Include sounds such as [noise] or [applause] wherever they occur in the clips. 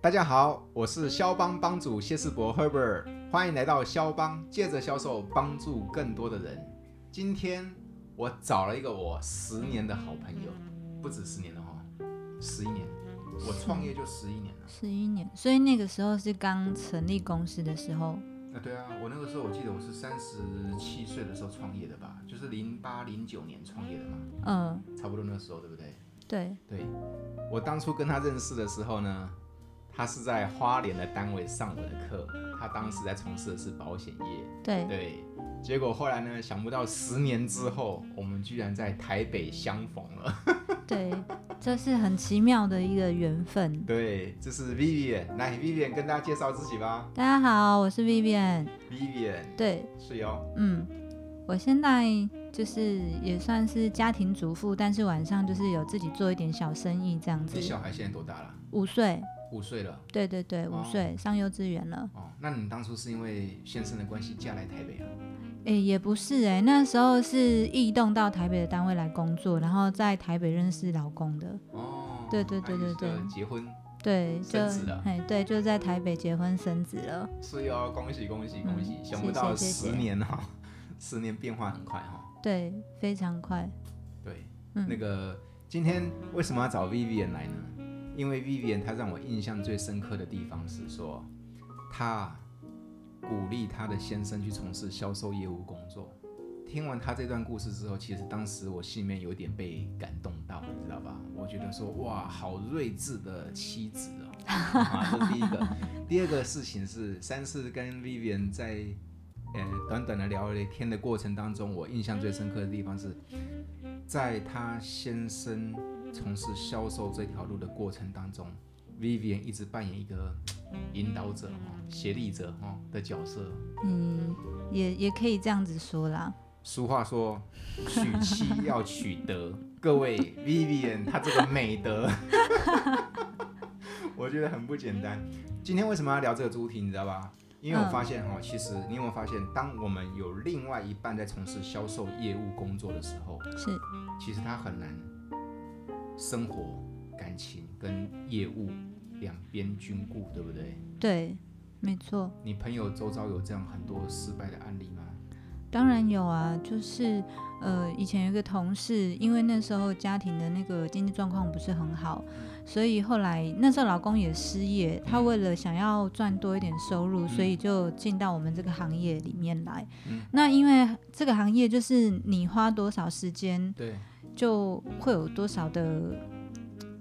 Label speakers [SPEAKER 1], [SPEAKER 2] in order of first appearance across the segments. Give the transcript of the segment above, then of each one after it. [SPEAKER 1] 大家好，我是肖邦帮主谢世博 Herbert，欢迎来到肖邦，借着销售帮助更多的人。今天我找了一个我十年的好朋友，不止十年了哈、十一年，我创业就十一年了。
[SPEAKER 2] 十一年，所以那个时候是刚成立公司的时候，
[SPEAKER 1] 啊，对啊，我那个时候我记得我是三十七岁的时候创业的吧，就是零八零九年创业的嘛，
[SPEAKER 2] 嗯、
[SPEAKER 1] 差不多那时候对不对？
[SPEAKER 2] 对，
[SPEAKER 1] 对，我当初跟他认识的时候呢，他是在花莲的单位上我的课，他当时在从事的是保险业，
[SPEAKER 2] 对，
[SPEAKER 1] 对。结果后来呢，想不到十年之后，我们居然在台北相逢了。
[SPEAKER 2] 对，这是很奇妙的一个缘分。
[SPEAKER 1] 对，这是 Vivian，来 Vivian 跟大家介绍自己吧。
[SPEAKER 2] 大家好，我是 Vivian。
[SPEAKER 1] Vivian
[SPEAKER 2] 对，
[SPEAKER 1] 是哟，
[SPEAKER 2] 嗯，我现在就是也算是家庭主妇，但是晚上就是有自己做一点小生意这样子
[SPEAKER 1] 你。小孩现在多大了？
[SPEAKER 2] 五岁，
[SPEAKER 1] 五岁了。
[SPEAKER 2] 对对对，
[SPEAKER 1] 哦
[SPEAKER 2] 五岁、上幼稚园了。
[SPEAKER 1] 哦，那你当初是因为先生的关系嫁来台北啊？
[SPEAKER 2] 诶、也不是诶、那时候是异动到台北的单位来工作，然后在台北认识老公的。
[SPEAKER 1] 哦，
[SPEAKER 2] 对对对
[SPEAKER 1] 那你是
[SPEAKER 2] 对对
[SPEAKER 1] 结婚
[SPEAKER 2] 对，就
[SPEAKER 1] 生子了
[SPEAKER 2] 哎，对，就在台北结婚生子了。
[SPEAKER 1] 是哟，恭喜恭喜恭喜！
[SPEAKER 2] 嗯
[SPEAKER 1] 想不到
[SPEAKER 2] 谢谢谢
[SPEAKER 1] 十
[SPEAKER 2] 谢
[SPEAKER 1] 年哈、十年变化很快哈、
[SPEAKER 2] 对，非常快。
[SPEAKER 1] 对，
[SPEAKER 2] 嗯，
[SPEAKER 1] 那个今天为什么要找 Vivian 来呢？因为 Vivian 她让我印象最深刻的地方是说，她鼓励她的先生去从事销售业务工作。听完她这段故事之后，其实当时我心里面有点被感动到，你知道吧？我觉得说，哇，好睿智的妻子哦。啊，这是第一个。 [laughs] 第二个事情是，三次跟 Vivian 在呃短短的聊天的过程当中，我印象最深刻的地方是，在她先生从事销售这条路的过程当中，Vivian 一直扮演一个嘖引导者、哦、协力者、哦、的角色。
[SPEAKER 2] 嗯，也也可以这样子说啦。
[SPEAKER 1] 俗话说，娶妻要取德。各位，Vivian [laughs] 她这个美德， [laughs] 我觉得很不简单。今天为什么要聊这个主题，你知道吧？因为我发现哈、其实你有没有发现，当我们有另外一半在从事销售业务工作的时候，
[SPEAKER 2] 是，
[SPEAKER 1] 其实他很难生活、感情跟业务两边均顾，对不对？
[SPEAKER 2] 对，没错，
[SPEAKER 1] 你朋友周遭有这样很多失败的案例吗？
[SPEAKER 2] 当然有啊。就是呃，以前有一个同事，因为那时候家庭的那个经济状况不是很好，所以后来那时候老公也失业，他为了想要赚多一点收入，所以就进到我们这个行业里面来。
[SPEAKER 1] 嗯
[SPEAKER 2] 那因为这个行业就是你花多少时间，
[SPEAKER 1] 对，
[SPEAKER 2] 就会有多少的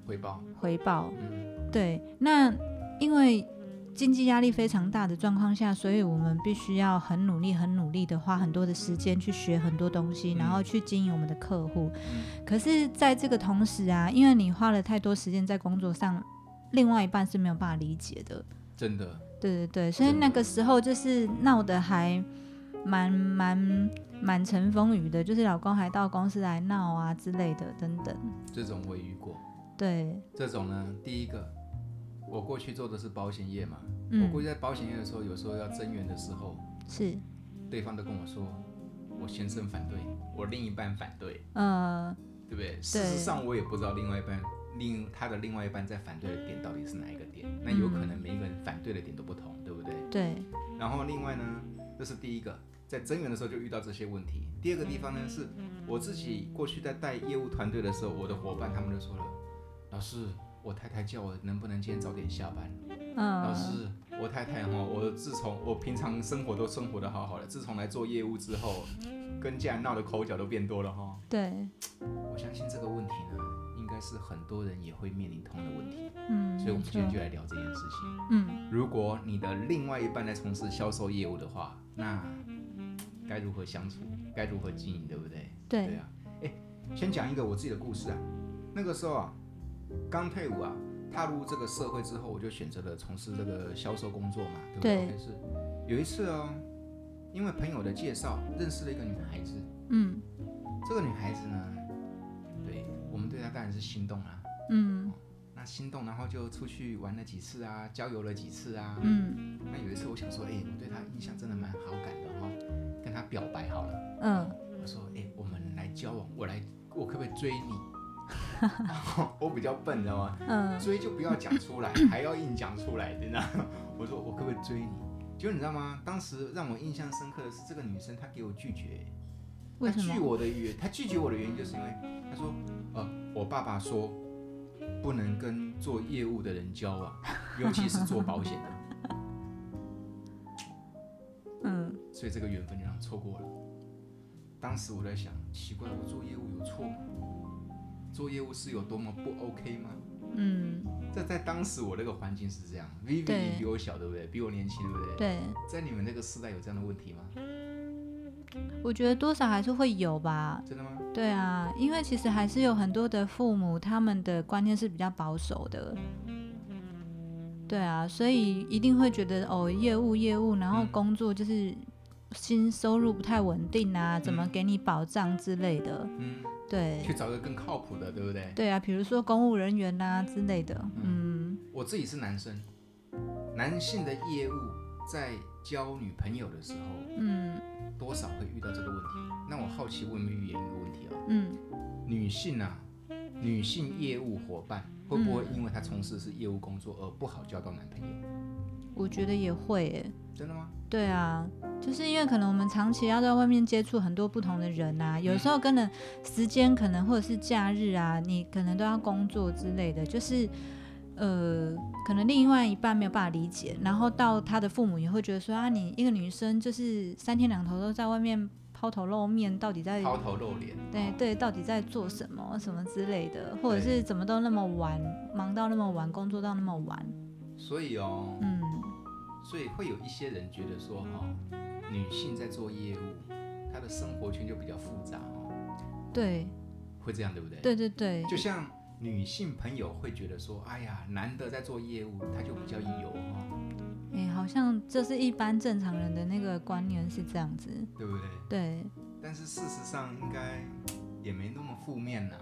[SPEAKER 1] 回报，
[SPEAKER 2] 回报。
[SPEAKER 1] 嗯，
[SPEAKER 2] 对，那因为经济压力非常大的状况下，所以我们必须要很努力、很努力的花很多的时间去学很多东西，
[SPEAKER 1] 嗯
[SPEAKER 2] 然后去经营我们的客户。可是，在这个同时啊，因为你花了太多时间在工作上，另外一半是没有办法理解的。
[SPEAKER 1] 真的，
[SPEAKER 2] 对对对，所以那个时候就是闹得还蛮蛮满城风雨的，就是老公还到公司来闹啊之类的等等。
[SPEAKER 1] 这种我也遇过。
[SPEAKER 2] 对，
[SPEAKER 1] 这种呢，第一个，我过去做的是保险业嘛，我
[SPEAKER 2] 嗯
[SPEAKER 1] 过，去在保险业的时候，有时候要增援的时候，
[SPEAKER 2] 是，
[SPEAKER 1] 对方都跟我说，我先生反对，我另一半反对，
[SPEAKER 2] 呃，
[SPEAKER 1] 对不对？事实上，我也不知道另外一半另他的另外一半在反对的点到底是哪一个点，那有可能每一个人反对的点都不同，对不对？
[SPEAKER 2] 对，
[SPEAKER 1] 然后另外呢，这是第一个，在增援的时候就遇到这些问题。第二个地方呢，是我自己过去在带业务团队的时候，我的伙伴他们就说了，老师，我太太叫我能不能今天早点下班。
[SPEAKER 2] 嗯、
[SPEAKER 1] 老师，我太太哈，我自从我平常生活都生活的好好的，自从来做业务之后，跟家人闹的口角都变多了哈。
[SPEAKER 2] 对，
[SPEAKER 1] 我相信这个问题呢，应该是很多人也会面临同样的问题，
[SPEAKER 2] 嗯，
[SPEAKER 1] 所以我们
[SPEAKER 2] 没
[SPEAKER 1] 今
[SPEAKER 2] 错
[SPEAKER 1] 天就来聊这件事情。
[SPEAKER 2] 嗯，
[SPEAKER 1] 如果你的另外一半在从事销售业务的话，那该如何相处，该如何经营，对不对？对
[SPEAKER 2] 对，
[SPEAKER 1] 啊，哎，先讲一个我自己的故事啊。那个时候啊，刚退伍啊，踏入这个社会之后，我就选择了从事这个销售工作嘛，对不
[SPEAKER 2] 对
[SPEAKER 1] 是有一次哦，因为朋友的介绍，认识了一个女孩子。
[SPEAKER 2] 嗯
[SPEAKER 1] 这个女孩子呢，对我们对她当然是心动啦、啊
[SPEAKER 2] 嗯
[SPEAKER 1] 那心动，然后就出去玩了几次啊，郊游了几次啊。
[SPEAKER 2] 嗯
[SPEAKER 1] 那有一次我想说，哎、我对她印象真的蛮好感的哦，跟她表白好了。
[SPEAKER 2] 嗯，
[SPEAKER 1] 我说，哎、我们来交往，我来，我可不可以追你？ [laughs] 我比较笨，你知道吗？
[SPEAKER 2] 嗯
[SPEAKER 1] 追就不要讲出来，还要硬讲出来，真的。我说我可不可以追你？就你知道吗？当时让我印象深刻的是这个女生，她给我拒绝。
[SPEAKER 2] 为什
[SPEAKER 1] 她拒
[SPEAKER 2] 么？
[SPEAKER 1] 我的原，她拒绝我的原因就是因为她说，呃，我爸爸说不能跟做业务的人交
[SPEAKER 2] [laughs]
[SPEAKER 1] 往，尤其是做保险的，
[SPEAKER 2] 嗯
[SPEAKER 1] 所以这个缘分就让错过了。当时我在想，奇怪，我做业务有错吗？做业务是有多么不 OK 吗？
[SPEAKER 2] 嗯，
[SPEAKER 1] 这在当时我那个环境是这样，Vivi
[SPEAKER 2] 对
[SPEAKER 1] 你比我小对不对？比我年轻对不对？
[SPEAKER 2] 对，
[SPEAKER 1] 在你们那个时代有这样的问题吗？
[SPEAKER 2] 我觉得多少还是会有吧。
[SPEAKER 1] 真的吗？
[SPEAKER 2] 对啊，因为其实还是有很多的父母，他们的观念是比较保守的。对啊，所以一定会觉得哦，业务业务，然后
[SPEAKER 1] 嗯
[SPEAKER 2] 工作就是薪收入不太稳定啊，怎么
[SPEAKER 1] 嗯
[SPEAKER 2] 给你保障之类的。
[SPEAKER 1] 嗯，
[SPEAKER 2] 对
[SPEAKER 1] 去找一个更靠谱的，对不对？
[SPEAKER 2] 对啊，比如说公务人员啦、之类的。嗯
[SPEAKER 1] 我自己是男生，男性的业务在交女朋友的时候，
[SPEAKER 2] 嗯
[SPEAKER 1] 多少会遇到这个问题。那我好奇问玉言一个问题啊，
[SPEAKER 2] 嗯，
[SPEAKER 1] 女性啊，女性业务伙伴会不会因为她从事的是业务工作而不好交到男朋友？
[SPEAKER 2] 我觉得也会耶、
[SPEAKER 1] 真的吗？
[SPEAKER 2] 对啊，就是因为可能我们长期要在外面接触很多不同的人啊，有时候跟人时间可能或者是假日啊，你可能都要工作之类的，就是呃，可能另外一半没有办法理解，然后到他的父母也会觉得说啊，你一个女生就是三天两头都在外面抛头露面，到底在
[SPEAKER 1] 抛头露脸，
[SPEAKER 2] 对对，到底在做什么什么之类的，或者是怎么都那么晚，忙到那么晚，工作到那么晚，
[SPEAKER 1] 所以哦，
[SPEAKER 2] 嗯
[SPEAKER 1] 所以会有一些人觉得说哈、女性在做业务，她的生活圈就比较复杂哦，
[SPEAKER 2] 对
[SPEAKER 1] 会这样对不对？
[SPEAKER 2] 对对对，
[SPEAKER 1] 就像女性朋友会觉得说，哎呀，男的在做业务，他就比较油哦，
[SPEAKER 2] 哎、好像这是一般正常人的那个观念是这样子，
[SPEAKER 1] 对不对？
[SPEAKER 2] 对
[SPEAKER 1] 但是事实上应该也没那么负面呐、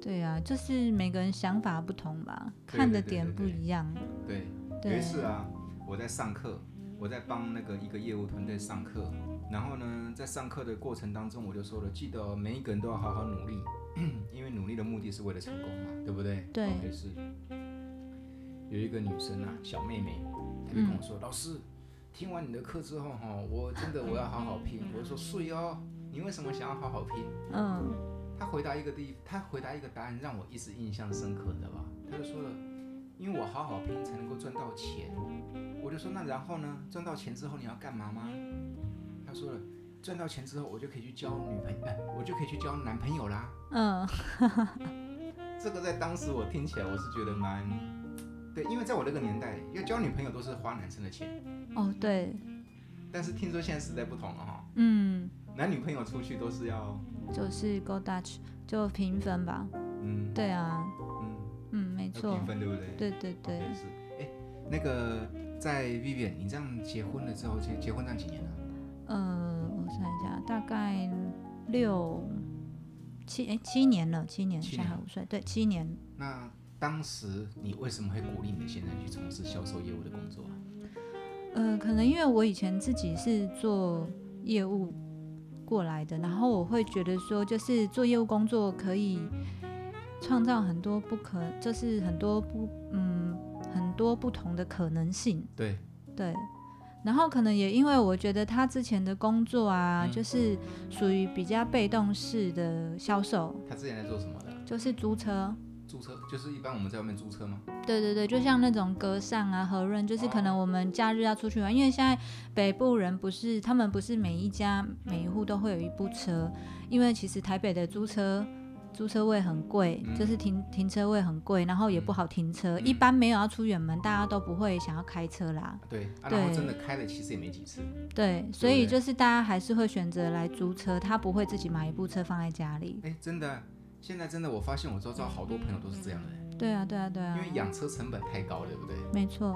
[SPEAKER 2] 对啊，就是每个人想法不同吧，
[SPEAKER 1] 对
[SPEAKER 2] 看
[SPEAKER 1] 对
[SPEAKER 2] 的
[SPEAKER 1] 对
[SPEAKER 2] 点
[SPEAKER 1] 对
[SPEAKER 2] 不
[SPEAKER 1] 对
[SPEAKER 2] 一样，
[SPEAKER 1] 对，有
[SPEAKER 2] 对
[SPEAKER 1] 一，次啊，我在上课，我在帮那个一个业务团队上课，然后呢，在上课的过程当中，我就说了，记得哦、每一个人都要好好努力， [clears throat] 因为努力的目的是为了成功嘛，对不对？
[SPEAKER 2] 嗯对
[SPEAKER 1] 也是。有一个女生啊，小妹妹，她就跟我说，
[SPEAKER 2] 嗯
[SPEAKER 1] 老师，听完你的课之后哈，我真的我要好好拼。我就说睡哦，你为什么想要好好拼？
[SPEAKER 2] 嗯
[SPEAKER 1] 他回答一个地，他回答一个答案让我一直印象深刻，你知道吧？他就说了，因为我好好拼才能够赚到钱。我就说那然后呢？赚到钱之后你要干嘛吗？他说了，赚到钱之后我就可以去交女朋友，哎，我就可以去交男朋友啦。
[SPEAKER 2] 嗯
[SPEAKER 1] 这个在当时我听起来我是觉得蛮，对，因为在我那个年代要交女朋友都是花男生的钱，
[SPEAKER 2] 哦对，
[SPEAKER 1] 但是听说现在时代不同了哈，
[SPEAKER 2] 嗯，
[SPEAKER 1] 男女朋友出去都是要，
[SPEAKER 2] 就是 Go Dutch 就平分吧，
[SPEAKER 1] 嗯
[SPEAKER 2] 对啊，
[SPEAKER 1] 嗯，
[SPEAKER 2] 嗯没
[SPEAKER 1] 要
[SPEAKER 2] 错
[SPEAKER 1] 平，分对不对？
[SPEAKER 2] 对对对，
[SPEAKER 1] 也是。哎，那个在 Vivian，你这样结婚了之后，结结婚这样几年了？
[SPEAKER 2] 呃，我算一下，大概六七哎、七年了，七年，
[SPEAKER 1] 七
[SPEAKER 2] 下
[SPEAKER 1] 年
[SPEAKER 2] 海五岁，对，七年。
[SPEAKER 1] 那当时你为什么会鼓励你的先生去从事销售业务的工作啊？
[SPEAKER 2] 呃，可能因为我以前自己是做业务过来的，然后我会觉得说，就是做业务工作可以创造很多不可，就是很多不嗯很多不同的可能性，
[SPEAKER 1] 对，
[SPEAKER 2] 对。然后可能也因为我觉得他之前的工作啊，
[SPEAKER 1] 嗯
[SPEAKER 2] 就是属于比较被动式的销售，
[SPEAKER 1] 他之前在做什么的？
[SPEAKER 2] 就是租车，
[SPEAKER 1] 租车，就是一般我们在外面租车吗？
[SPEAKER 2] 对对对，就像那种格上啊、和润，就是可能我们假日要出去玩，因为现在北部人不是他们不是每一家每一户都会有一部车，因为其实台北的租车租车位很贵，
[SPEAKER 1] 嗯
[SPEAKER 2] 就是停停车位很贵，然后也不好停车，
[SPEAKER 1] 嗯
[SPEAKER 2] 一般没有要出远门，大家都不会想要开车啦。
[SPEAKER 1] 对，啊、
[SPEAKER 2] 对
[SPEAKER 1] 然后真的开了，其实也没几次。
[SPEAKER 2] 对，所以
[SPEAKER 1] 对
[SPEAKER 2] 就是大家还是会选择来租车，他不会自己买一部车放在家里。
[SPEAKER 1] 哎，真的，现在真的，我发现我周遭好多朋友都是这样的，
[SPEAKER 2] 对啊，对啊，对啊
[SPEAKER 1] 因，为养车成本太高了，对不对？
[SPEAKER 2] 没错，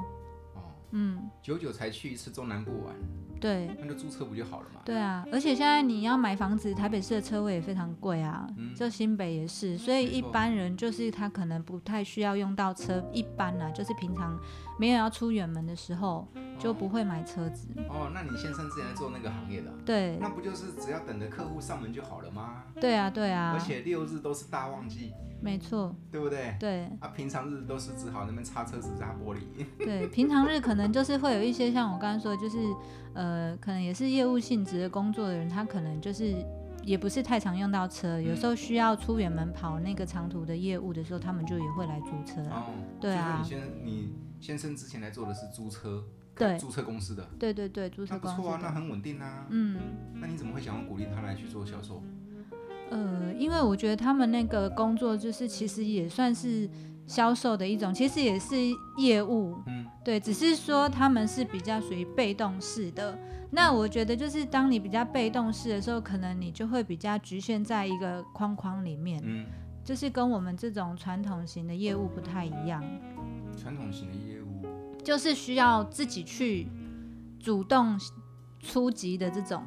[SPEAKER 1] 哦，
[SPEAKER 2] 嗯，
[SPEAKER 1] 久久才去一次中南部玩，
[SPEAKER 2] 对。
[SPEAKER 1] 那就租车不就好了嘛？
[SPEAKER 2] 对啊，而且现在你要买房子，台北市的车位也非常贵啊，
[SPEAKER 1] 嗯
[SPEAKER 2] 就新北也是，所以
[SPEAKER 1] 没
[SPEAKER 2] 一
[SPEAKER 1] 错
[SPEAKER 2] 般人就是他可能不太需要用到车，一般啊，就是平常没有要出远门的时候，就不会买车子。
[SPEAKER 1] 哦，那你先生之前在做那个行业的啊、
[SPEAKER 2] 对，
[SPEAKER 1] 那不就是只要等着客户上门就好了吗？
[SPEAKER 2] 对啊，对啊
[SPEAKER 1] 而，且六日都是大旺季，
[SPEAKER 2] 没错，
[SPEAKER 1] 对不对？
[SPEAKER 2] 对
[SPEAKER 1] 啊，平常日都是只好那边擦车子、擦玻璃。
[SPEAKER 2] 对。平常日可能就是会有一些像我刚才说的，就是呃，可能也是业务性质的工作的人，他可能就是也不是太常用到车，有时候需要出远门跑那个长途的业务的时候，他们就也会来租车啦。
[SPEAKER 1] 哦，
[SPEAKER 2] 对啊
[SPEAKER 1] 所以说你先你先生之前来做的是租车，
[SPEAKER 2] 对
[SPEAKER 1] 租车公司的，
[SPEAKER 2] 对对对，租
[SPEAKER 1] 那
[SPEAKER 2] 车
[SPEAKER 1] 不
[SPEAKER 2] 公
[SPEAKER 1] 错啊，
[SPEAKER 2] 司
[SPEAKER 1] 那
[SPEAKER 2] 的。
[SPEAKER 1] 很稳定啊。
[SPEAKER 2] 嗯，
[SPEAKER 1] 那你怎么会想要鼓励他来去做销售？
[SPEAKER 2] 呃，因为我觉得他们那个工作就是其实也算是销售的一种，其实也是业务，
[SPEAKER 1] 嗯，
[SPEAKER 2] 对，只是说他们是比较属于被动式的。那我觉得就是当你比较被动式的时候，可能你就会比较局限在一个框框里面，
[SPEAKER 1] 嗯，
[SPEAKER 2] 就是跟我们这种传统型的业务不太一样，
[SPEAKER 1] 嗯传统型的业务，
[SPEAKER 2] 就是需要自己去主动出击的这种，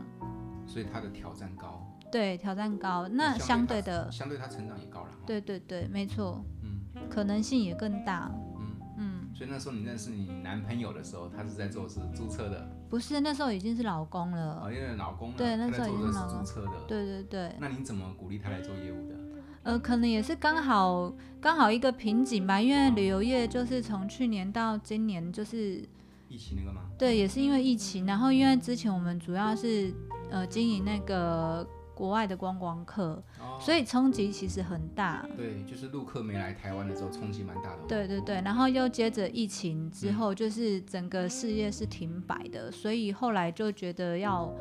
[SPEAKER 1] 所以他的挑战高，
[SPEAKER 2] 对，挑战高。那相对的，
[SPEAKER 1] 相对他成长也高了。，
[SPEAKER 2] 呃
[SPEAKER 1] 哦
[SPEAKER 2] 对对对，没错，
[SPEAKER 1] 嗯
[SPEAKER 2] 可能性也更大。
[SPEAKER 1] 嗯，
[SPEAKER 2] 嗯，
[SPEAKER 1] 所以那时候你认识你男朋友的时候，他是在做的是租车的，
[SPEAKER 2] 不是，那时候已经是老公了
[SPEAKER 1] 哦，。因为老公呢，
[SPEAKER 2] 呃对那
[SPEAKER 1] 他在
[SPEAKER 2] 时
[SPEAKER 1] 做
[SPEAKER 2] 候已经
[SPEAKER 1] 的
[SPEAKER 2] 老
[SPEAKER 1] 是租
[SPEAKER 2] 公
[SPEAKER 1] 车的，
[SPEAKER 2] 对对对，
[SPEAKER 1] 那你怎么鼓励他来做业务的？
[SPEAKER 2] 呃，可能也是刚好刚好一个瓶颈吧，因为旅游业就是从去年到今年，就是
[SPEAKER 1] 一起那个吗？
[SPEAKER 2] 对，也是因为疫情，然后因为之前我们主要是呃经营那个国外的观光客，
[SPEAKER 1] 哦，
[SPEAKER 2] 所以冲击其实很大。
[SPEAKER 1] 对，就是陆客没来台湾的时候，冲击蛮大的。，
[SPEAKER 2] 嗯
[SPEAKER 1] 哦
[SPEAKER 2] 对对对，然后又接着疫情之后，就是整个事业是停摆的，所以后来就觉得要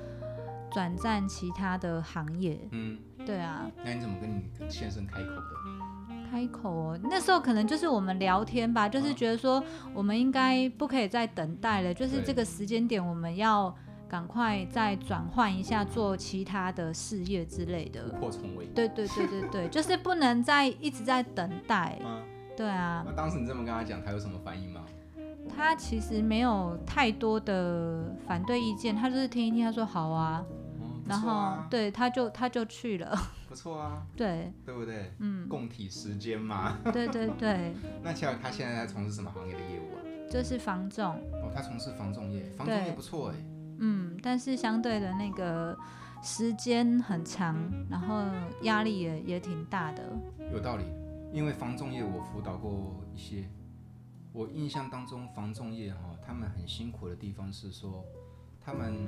[SPEAKER 2] 转战其他的行业。
[SPEAKER 1] 嗯，
[SPEAKER 2] 对啊，
[SPEAKER 1] 那你怎么跟你先生开口的？
[SPEAKER 2] 开口哦，那时候可能就是我们聊天吧，就是觉得说我们应该不可以再等待了，就是这个时间点我们要赶快再转换一下，做其他的事业之类
[SPEAKER 1] 突
[SPEAKER 2] 的。
[SPEAKER 1] 破重围。
[SPEAKER 2] 对对对对对，就是不能再一直在等待。
[SPEAKER 1] 啊，
[SPEAKER 2] 对啊
[SPEAKER 1] 那、，当时你这么跟他讲，他有什么反应吗？
[SPEAKER 2] 他其实没有太多的反对意见，他就是听一听，他说好啊，
[SPEAKER 1] 哦，不
[SPEAKER 2] 然
[SPEAKER 1] 错
[SPEAKER 2] 后、
[SPEAKER 1] 啊，
[SPEAKER 2] 对他就他就去了。 [laughs]
[SPEAKER 1] 不错啊，
[SPEAKER 2] 对，
[SPEAKER 1] 对不对？
[SPEAKER 2] 嗯，
[SPEAKER 1] 共体时间嘛。 [laughs]
[SPEAKER 2] 对对对，
[SPEAKER 1] 那其实他现在在从事什么行业的业务啊？
[SPEAKER 2] 就是房仲。
[SPEAKER 1] 哦，他从事房仲业，房仲
[SPEAKER 2] 对
[SPEAKER 1] 业不错哎。
[SPEAKER 2] 嗯，但是相对的那个时间很长，然后压力也也挺大的。
[SPEAKER 1] 有道理，因为房仲业我辅导过一些，我印象当中房仲业哈、他们很辛苦的地方是说，他们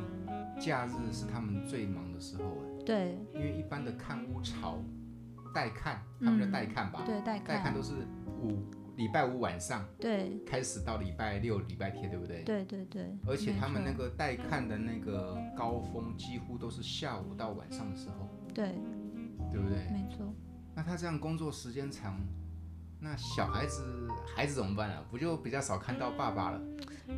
[SPEAKER 1] 假日是他们最忙的时候哎，
[SPEAKER 2] 对
[SPEAKER 1] 因为一般的看屋潮代看，他们叫
[SPEAKER 2] 嗯
[SPEAKER 1] 代看吧，
[SPEAKER 2] 对，带
[SPEAKER 1] 代看
[SPEAKER 2] 看，
[SPEAKER 1] 都是五礼拜五晚上
[SPEAKER 2] 对
[SPEAKER 1] 开始到礼拜六、礼拜天，对不对？
[SPEAKER 2] 对对对，
[SPEAKER 1] 而且
[SPEAKER 2] 没
[SPEAKER 1] 他们
[SPEAKER 2] 错
[SPEAKER 1] 那个代看的那个高峰几乎都是下午到晚上的时候，
[SPEAKER 2] 对，
[SPEAKER 1] 对不对？
[SPEAKER 2] 没错，
[SPEAKER 1] 那他这样工作时间长，那小孩子孩子怎么办啊？不就比较少看到爸爸了？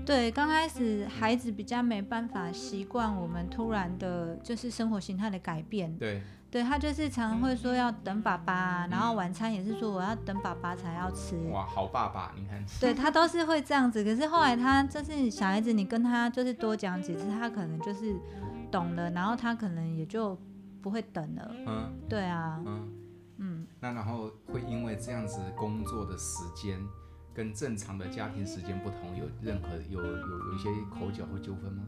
[SPEAKER 2] 对。刚开始孩子比较没办法习惯我们突然的，就是生活形态的改变。
[SPEAKER 1] 对，
[SPEAKER 2] 对他就是常会说要等爸爸，然后晚餐也是说我要等爸爸才要吃。
[SPEAKER 1] 哇，好爸爸，你看，
[SPEAKER 2] 对他都是会这样子，可是后来他就是小孩子，你跟他就是多讲几次，他可能就是懂了，然后他可能也就不会等了。
[SPEAKER 1] 嗯
[SPEAKER 2] 对啊，
[SPEAKER 1] 嗯，
[SPEAKER 2] 嗯，
[SPEAKER 1] 那然后会因为这样子工作的时间跟正常的家庭时间不同，有任何有有有一些口角或纠纷吗？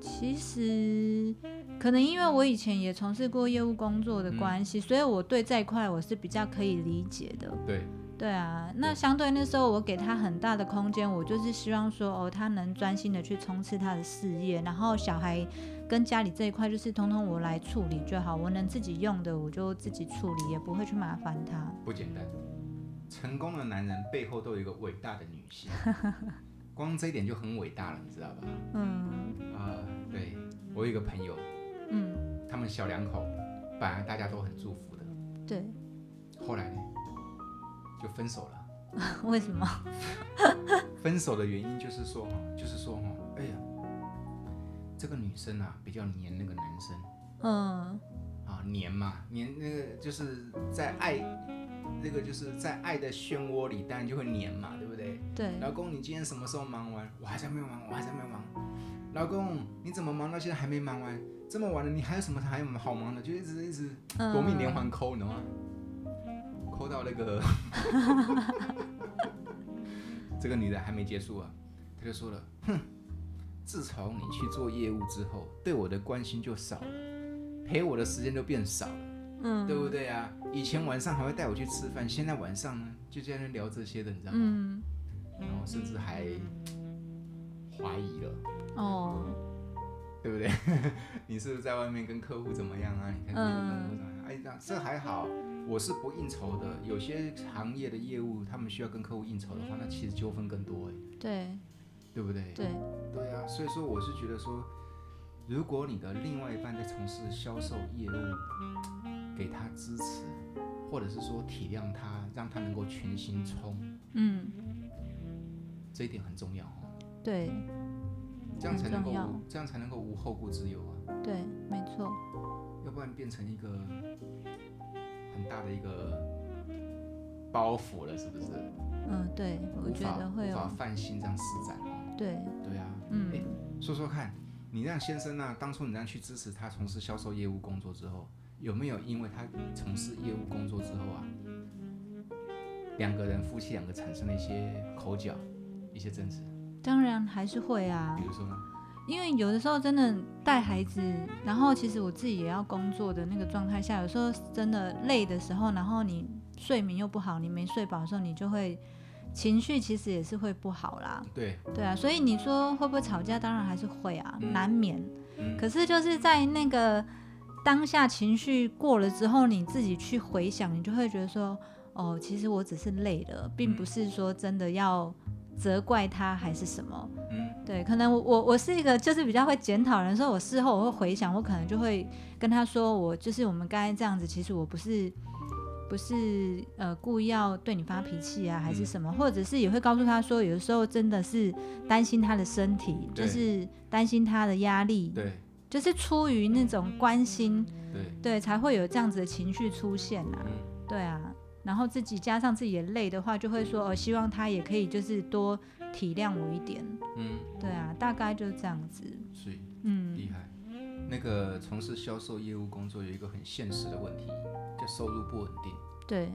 [SPEAKER 2] 其实可能因为我以前也从事过业务工作的关系，所以我对这一块我是比较可以理解的。
[SPEAKER 1] 对，
[SPEAKER 2] 对啊，那相对那时候我给他很大的空间，我就是希望说哦，他能专心的去冲刺他的事业，然后小孩跟家里这一块就是通通我来处理就好，我能自己用的我就自己处理，也不会去麻烦他。
[SPEAKER 1] 不简单。成功的男人背后都有一个伟大的女性，光这一点就很伟大了，你知道吧？
[SPEAKER 2] 嗯
[SPEAKER 1] 啊、对我有一个朋友，
[SPEAKER 2] 嗯，
[SPEAKER 1] 他们小两口本来大家都很祝福的，
[SPEAKER 2] 对， [laughs]
[SPEAKER 1] 后来呢，就分手了。
[SPEAKER 2] 为什么？
[SPEAKER 1] 分手的原因就是说哈，就是说哈，哎呀，这个女生啊比较黏那个男生
[SPEAKER 2] 嗯
[SPEAKER 1] 啊，黏嘛，黏那个就是在爱，那个就是在爱的漩涡里，当然就会黏嘛，对不对？
[SPEAKER 2] 对，
[SPEAKER 1] 老公，你今天什么时候忙完？我还在没有忙，我还在没有忙。老公，你怎么忙到现在还没忙完？这么晚了，你还有什么还有好忙的？就一直一直
[SPEAKER 2] 嗯，
[SPEAKER 1] 夺命连环抠，你知道吗？抠到那个 [laughs] ，这个女的还没结束啊，她就说了，哼，自从你去做业务之后，对我的关心就少了，陪我的时间就变少了，
[SPEAKER 2] 嗯，
[SPEAKER 1] 对不对啊？以前晚上还会带我去吃饭，现在晚上呢就在那聊这些的，你知道吗？
[SPEAKER 2] 嗯，
[SPEAKER 1] 然后甚至还怀疑了，
[SPEAKER 2] 哦，
[SPEAKER 1] 对不对？ [laughs] 你是不是在外面跟客户怎么样啊？你看你
[SPEAKER 2] 嗯
[SPEAKER 1] 跟客户怎么样？哎，那这还好，我是不应酬的。有些行业的业务，他们需要跟客户应酬的话，那其实纠纷更多哎，
[SPEAKER 2] 对
[SPEAKER 1] 对不对？
[SPEAKER 2] 对，
[SPEAKER 1] 对啊，所以说我是觉得说，如果你的另外一半在从事销售业务，给他支持，或者是说体谅他，让他能够全心冲，
[SPEAKER 2] 嗯，
[SPEAKER 1] 这一点很重要哦。
[SPEAKER 2] 对
[SPEAKER 1] 这样才能够
[SPEAKER 2] 很重要
[SPEAKER 1] 无这样才能够无后顾之忧啊，
[SPEAKER 2] 对，没错，
[SPEAKER 1] 要不然变成一个很大的一个包袱了，是不是？
[SPEAKER 2] 嗯，对，我
[SPEAKER 1] 无
[SPEAKER 2] 觉
[SPEAKER 1] 法
[SPEAKER 2] 得会哦
[SPEAKER 1] 无法
[SPEAKER 2] 有，
[SPEAKER 1] 放心这样施展哦。
[SPEAKER 2] 对，
[SPEAKER 1] 对啊，
[SPEAKER 2] 嗯
[SPEAKER 1] 诶说说看，你让先生呢、当初你让去支持他从事销售业务工作之后，有没有因为他从事业务工作之后啊，两个人夫妻两个产生了一些口角、一些争执？
[SPEAKER 2] 当然还是会啊
[SPEAKER 1] 比，如说呢？
[SPEAKER 2] 因为有的时候真的带孩子，然后其实我自己也要工作的那个状态下，有时候真的累的时候，然后你睡眠又不好，你没睡饱的时候，你就会情绪其实也是会不好啦。
[SPEAKER 1] 嗯对，
[SPEAKER 2] 对啊，所以你说会不会吵架？当然还是会啊，
[SPEAKER 1] 嗯
[SPEAKER 2] 难免。
[SPEAKER 1] 嗯
[SPEAKER 2] 可是就是在那个当下情绪过了之后，你自己去回想，你就会觉得说，哦，其实我只是累了，并不是说真的要责怪他还是什么。
[SPEAKER 1] 嗯
[SPEAKER 2] 对，可能我我我是一个就是比较会检讨人，所以我事后我会回想，我可能就会跟他说，我就是我们刚才这样子，其实我不是不是呃故意要对你发脾气啊，还是
[SPEAKER 1] 嗯
[SPEAKER 2] 什么，或者是也会告诉他说，有的时候真的是担心他的身体，就
[SPEAKER 1] 对
[SPEAKER 2] 是担心他的压力，
[SPEAKER 1] 对嗯
[SPEAKER 2] 就是出于那种关心，
[SPEAKER 1] 对，
[SPEAKER 2] 对，才会有这样子的情绪出现啊，
[SPEAKER 1] 嗯
[SPEAKER 2] 对啊。然后自己加上自己也累的话，就会说，哦，希望他也可以就是多体谅我一点。
[SPEAKER 1] 嗯，
[SPEAKER 2] 对啊，大概就这样子。
[SPEAKER 1] 所以
[SPEAKER 2] 嗯
[SPEAKER 1] 厉害。那个从事销售业务工作有一个很现实的问题，叫收入不稳定。，
[SPEAKER 2] 对，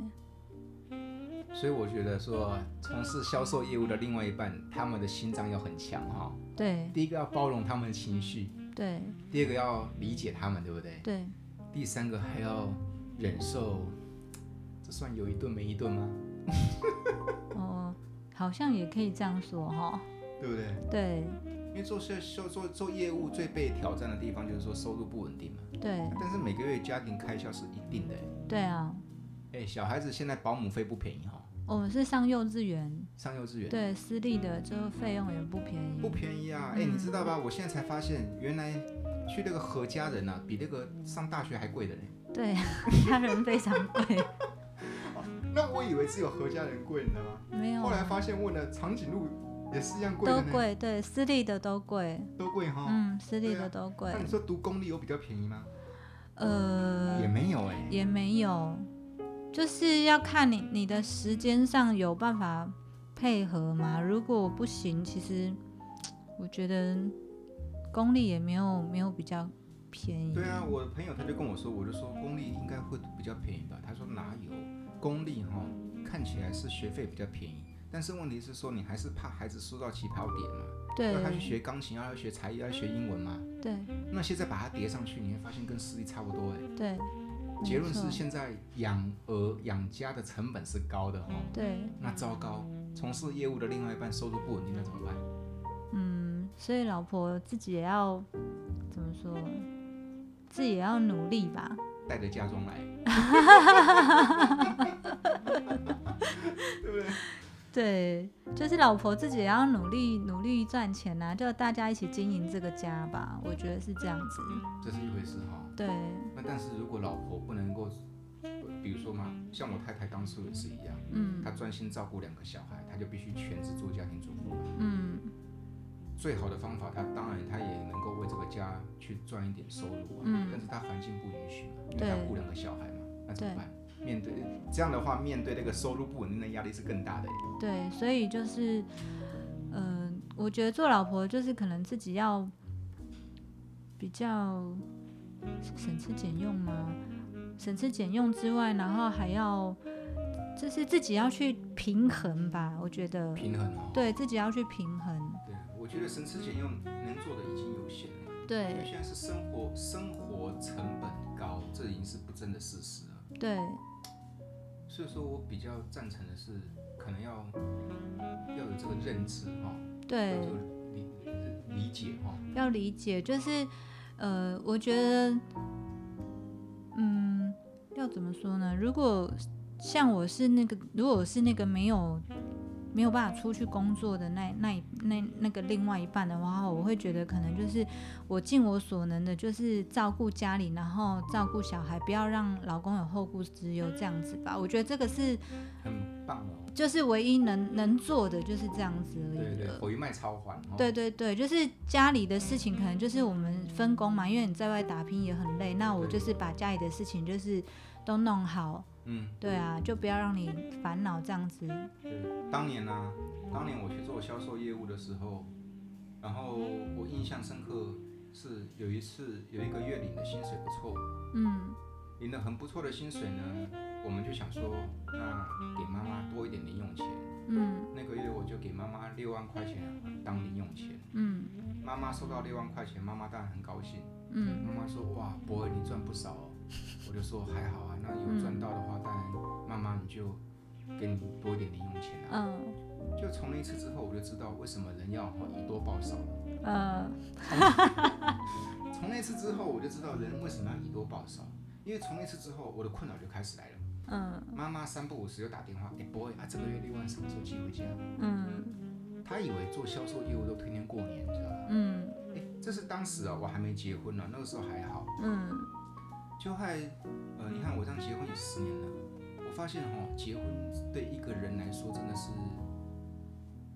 [SPEAKER 1] 所以我觉得说，从事销售业务的另外一半，他们的心脏要很强哈、
[SPEAKER 2] 对，
[SPEAKER 1] 第一个要包容他们的情绪，
[SPEAKER 2] 对，
[SPEAKER 1] 第二个要理解他们，对不对？
[SPEAKER 2] 对，
[SPEAKER 1] 第三个还要忍受，这算有一顿没一顿吗？
[SPEAKER 2] 哦，好像也可以这样说哈。
[SPEAKER 1] 对不对？
[SPEAKER 2] 对，
[SPEAKER 1] 因为做销售做做业务最被挑战的地方就是说收入不稳定嘛，
[SPEAKER 2] 对，
[SPEAKER 1] 但是每个月家庭开销是一定的欸。
[SPEAKER 2] 对啊，
[SPEAKER 1] 哎，小孩子现在保姆费不便宜哈、
[SPEAKER 2] 我们是上幼稚园，
[SPEAKER 1] 上幼稚园
[SPEAKER 2] 对，私立的，这个费用也不便
[SPEAKER 1] 不
[SPEAKER 2] 宜。
[SPEAKER 1] 便宜
[SPEAKER 2] 嗯
[SPEAKER 1] 啊！哎，你知道吧？我现在才发现，原来去那个何家人啊，比那个上大学还贵的呢。
[SPEAKER 2] 对， [laughs] 家人非常贵，
[SPEAKER 1] 那我以为只有何家人贵，你知道吗？
[SPEAKER 2] 没有
[SPEAKER 1] 后来
[SPEAKER 2] 啊，
[SPEAKER 1] 发现问了长颈鹿也是一样贵
[SPEAKER 2] 都
[SPEAKER 1] 的呢，
[SPEAKER 2] 贵，对，私立的都贵，
[SPEAKER 1] 都贵哈。
[SPEAKER 2] 嗯，私立
[SPEAKER 1] 对啊
[SPEAKER 2] 的都贵
[SPEAKER 1] 那，你说读公立有比较便宜吗？
[SPEAKER 2] 呃
[SPEAKER 1] 也，没有哎、
[SPEAKER 2] 也没有，就是要看你你的时间上有办法配合吗？如果不行，其实我觉得公立也没有没有比较便宜。
[SPEAKER 1] 对啊，我朋友他就跟我说，我就说公立应该会比较便宜吧。他说哪有公立哈，看起来是学费比较便宜，但是问题是说你还是怕孩子输到起跑点嘛，
[SPEAKER 2] 对
[SPEAKER 1] 让他去学钢琴，让他学才艺，让他学英文嘛。
[SPEAKER 2] 对
[SPEAKER 1] 那现在把它叠上去，你会发现跟私立差不多哎、
[SPEAKER 2] 对，
[SPEAKER 1] 结论
[SPEAKER 2] 没
[SPEAKER 1] 是
[SPEAKER 2] 错
[SPEAKER 1] 现在养儿养家的成本是高的哈。
[SPEAKER 2] 对，
[SPEAKER 1] 那糟糕，从事业务的另外一半收入不稳定，那怎么办？
[SPEAKER 2] 嗯，所以老婆自己也要怎么说，自己也要努力吧。
[SPEAKER 1] 带着嫁妆来，对不对？
[SPEAKER 2] 对，就是老婆自己也要努力努力赚钱呐、就大家一起经营这个家吧，我觉得是这样子。
[SPEAKER 1] 这是一回事哈、
[SPEAKER 2] 对，
[SPEAKER 1] 那但是如果老婆不能够，比如说嘛，像我太太当初也是一样，
[SPEAKER 2] 嗯
[SPEAKER 1] 她专心照顾两个小孩，她就必须全职做家庭主妇。
[SPEAKER 2] 嗯。
[SPEAKER 1] 最好的方法，她当然她也能够为这个家去赚一点收入啊，
[SPEAKER 2] 嗯
[SPEAKER 1] 但是她环境不允许嘛，因为
[SPEAKER 2] 对
[SPEAKER 1] 她顾两个小孩嘛，那怎么办？面对这样的话，面对那个收入不稳定的压力是更大的耶。
[SPEAKER 2] 对，所以就是，嗯、我觉得做老婆就是可能自己要比较是省吃俭用吗？省吃俭用之外，然后还要就是自己要去平衡吧，我觉得，
[SPEAKER 1] 平衡哦。
[SPEAKER 2] 对自己要去平衡，
[SPEAKER 1] 对，我觉得省吃俭用能做的已经有限了。因为
[SPEAKER 2] 对
[SPEAKER 1] 现在是生活生活成本高，这已经是不争的事实了。
[SPEAKER 2] 对
[SPEAKER 1] 所以说我比较赞成的是，可能要要有这个认知哈，要
[SPEAKER 2] 对
[SPEAKER 1] 有，这个理理解哈。
[SPEAKER 2] 要理解，就是呃，我觉得，嗯，要怎么说呢？如果像我是那个，如果我是那个没有没有办法出去工作的那那一那那个另外一半的话，我会觉得可能就是我尽我所能的，就是照顾家里，然后照顾小孩，不要让老公有后顾之忧，这样子吧。我觉得这个是
[SPEAKER 1] 很棒哦。
[SPEAKER 2] 就是唯一能能做的就是这样子而已了。
[SPEAKER 1] 对对，回卖超还哦。
[SPEAKER 2] 嗯对对对，就是家里的事情，可能就是我们分工嘛，因为你在外打拼也很累，那我就是把家里的事情就是都弄好，
[SPEAKER 1] 嗯，
[SPEAKER 2] 对啊，就不要让你烦恼这样子。
[SPEAKER 1] 对，当年呢、啊当年我去做销售业务的时候，然后我印象深刻是有一次有一个月领的薪水不错，
[SPEAKER 2] 嗯，
[SPEAKER 1] 领了很不错的薪水呢，我们就想说，那给妈妈多一点零用钱。
[SPEAKER 2] 嗯
[SPEAKER 1] 那个月我就给妈妈六万块钱当零用钱，
[SPEAKER 2] 嗯
[SPEAKER 1] 妈妈收到六万块钱，妈妈当然很高兴。
[SPEAKER 2] 嗯
[SPEAKER 1] 妈妈说：“哇，博尔你赚不少哦。”我就说：“还好啊，那有赚到的话，当然妈妈你就给你多一点零用钱啊。
[SPEAKER 2] 嗯
[SPEAKER 1] 就从那一次之后，我就知道为什么人要哦以多报少了。
[SPEAKER 2] 呃
[SPEAKER 1] 从那次之后，我就知道人为什么要以多报少，因为从那次之后，我的困扰就开始来了。
[SPEAKER 2] 嗯
[SPEAKER 1] 妈妈三不五时就打电话，哎、博尔啊，这个月六万什么时候寄回家？
[SPEAKER 2] 嗯
[SPEAKER 1] 她以为做销售业务都天天过年，你知道吗？
[SPEAKER 2] 嗯
[SPEAKER 1] 哎、这是当时啊、我还没结婚呢、那个时候还好。
[SPEAKER 2] 嗯
[SPEAKER 1] 就还，呃，你看我这样结婚也十年了，我发现哦，结婚对一个人来说真的是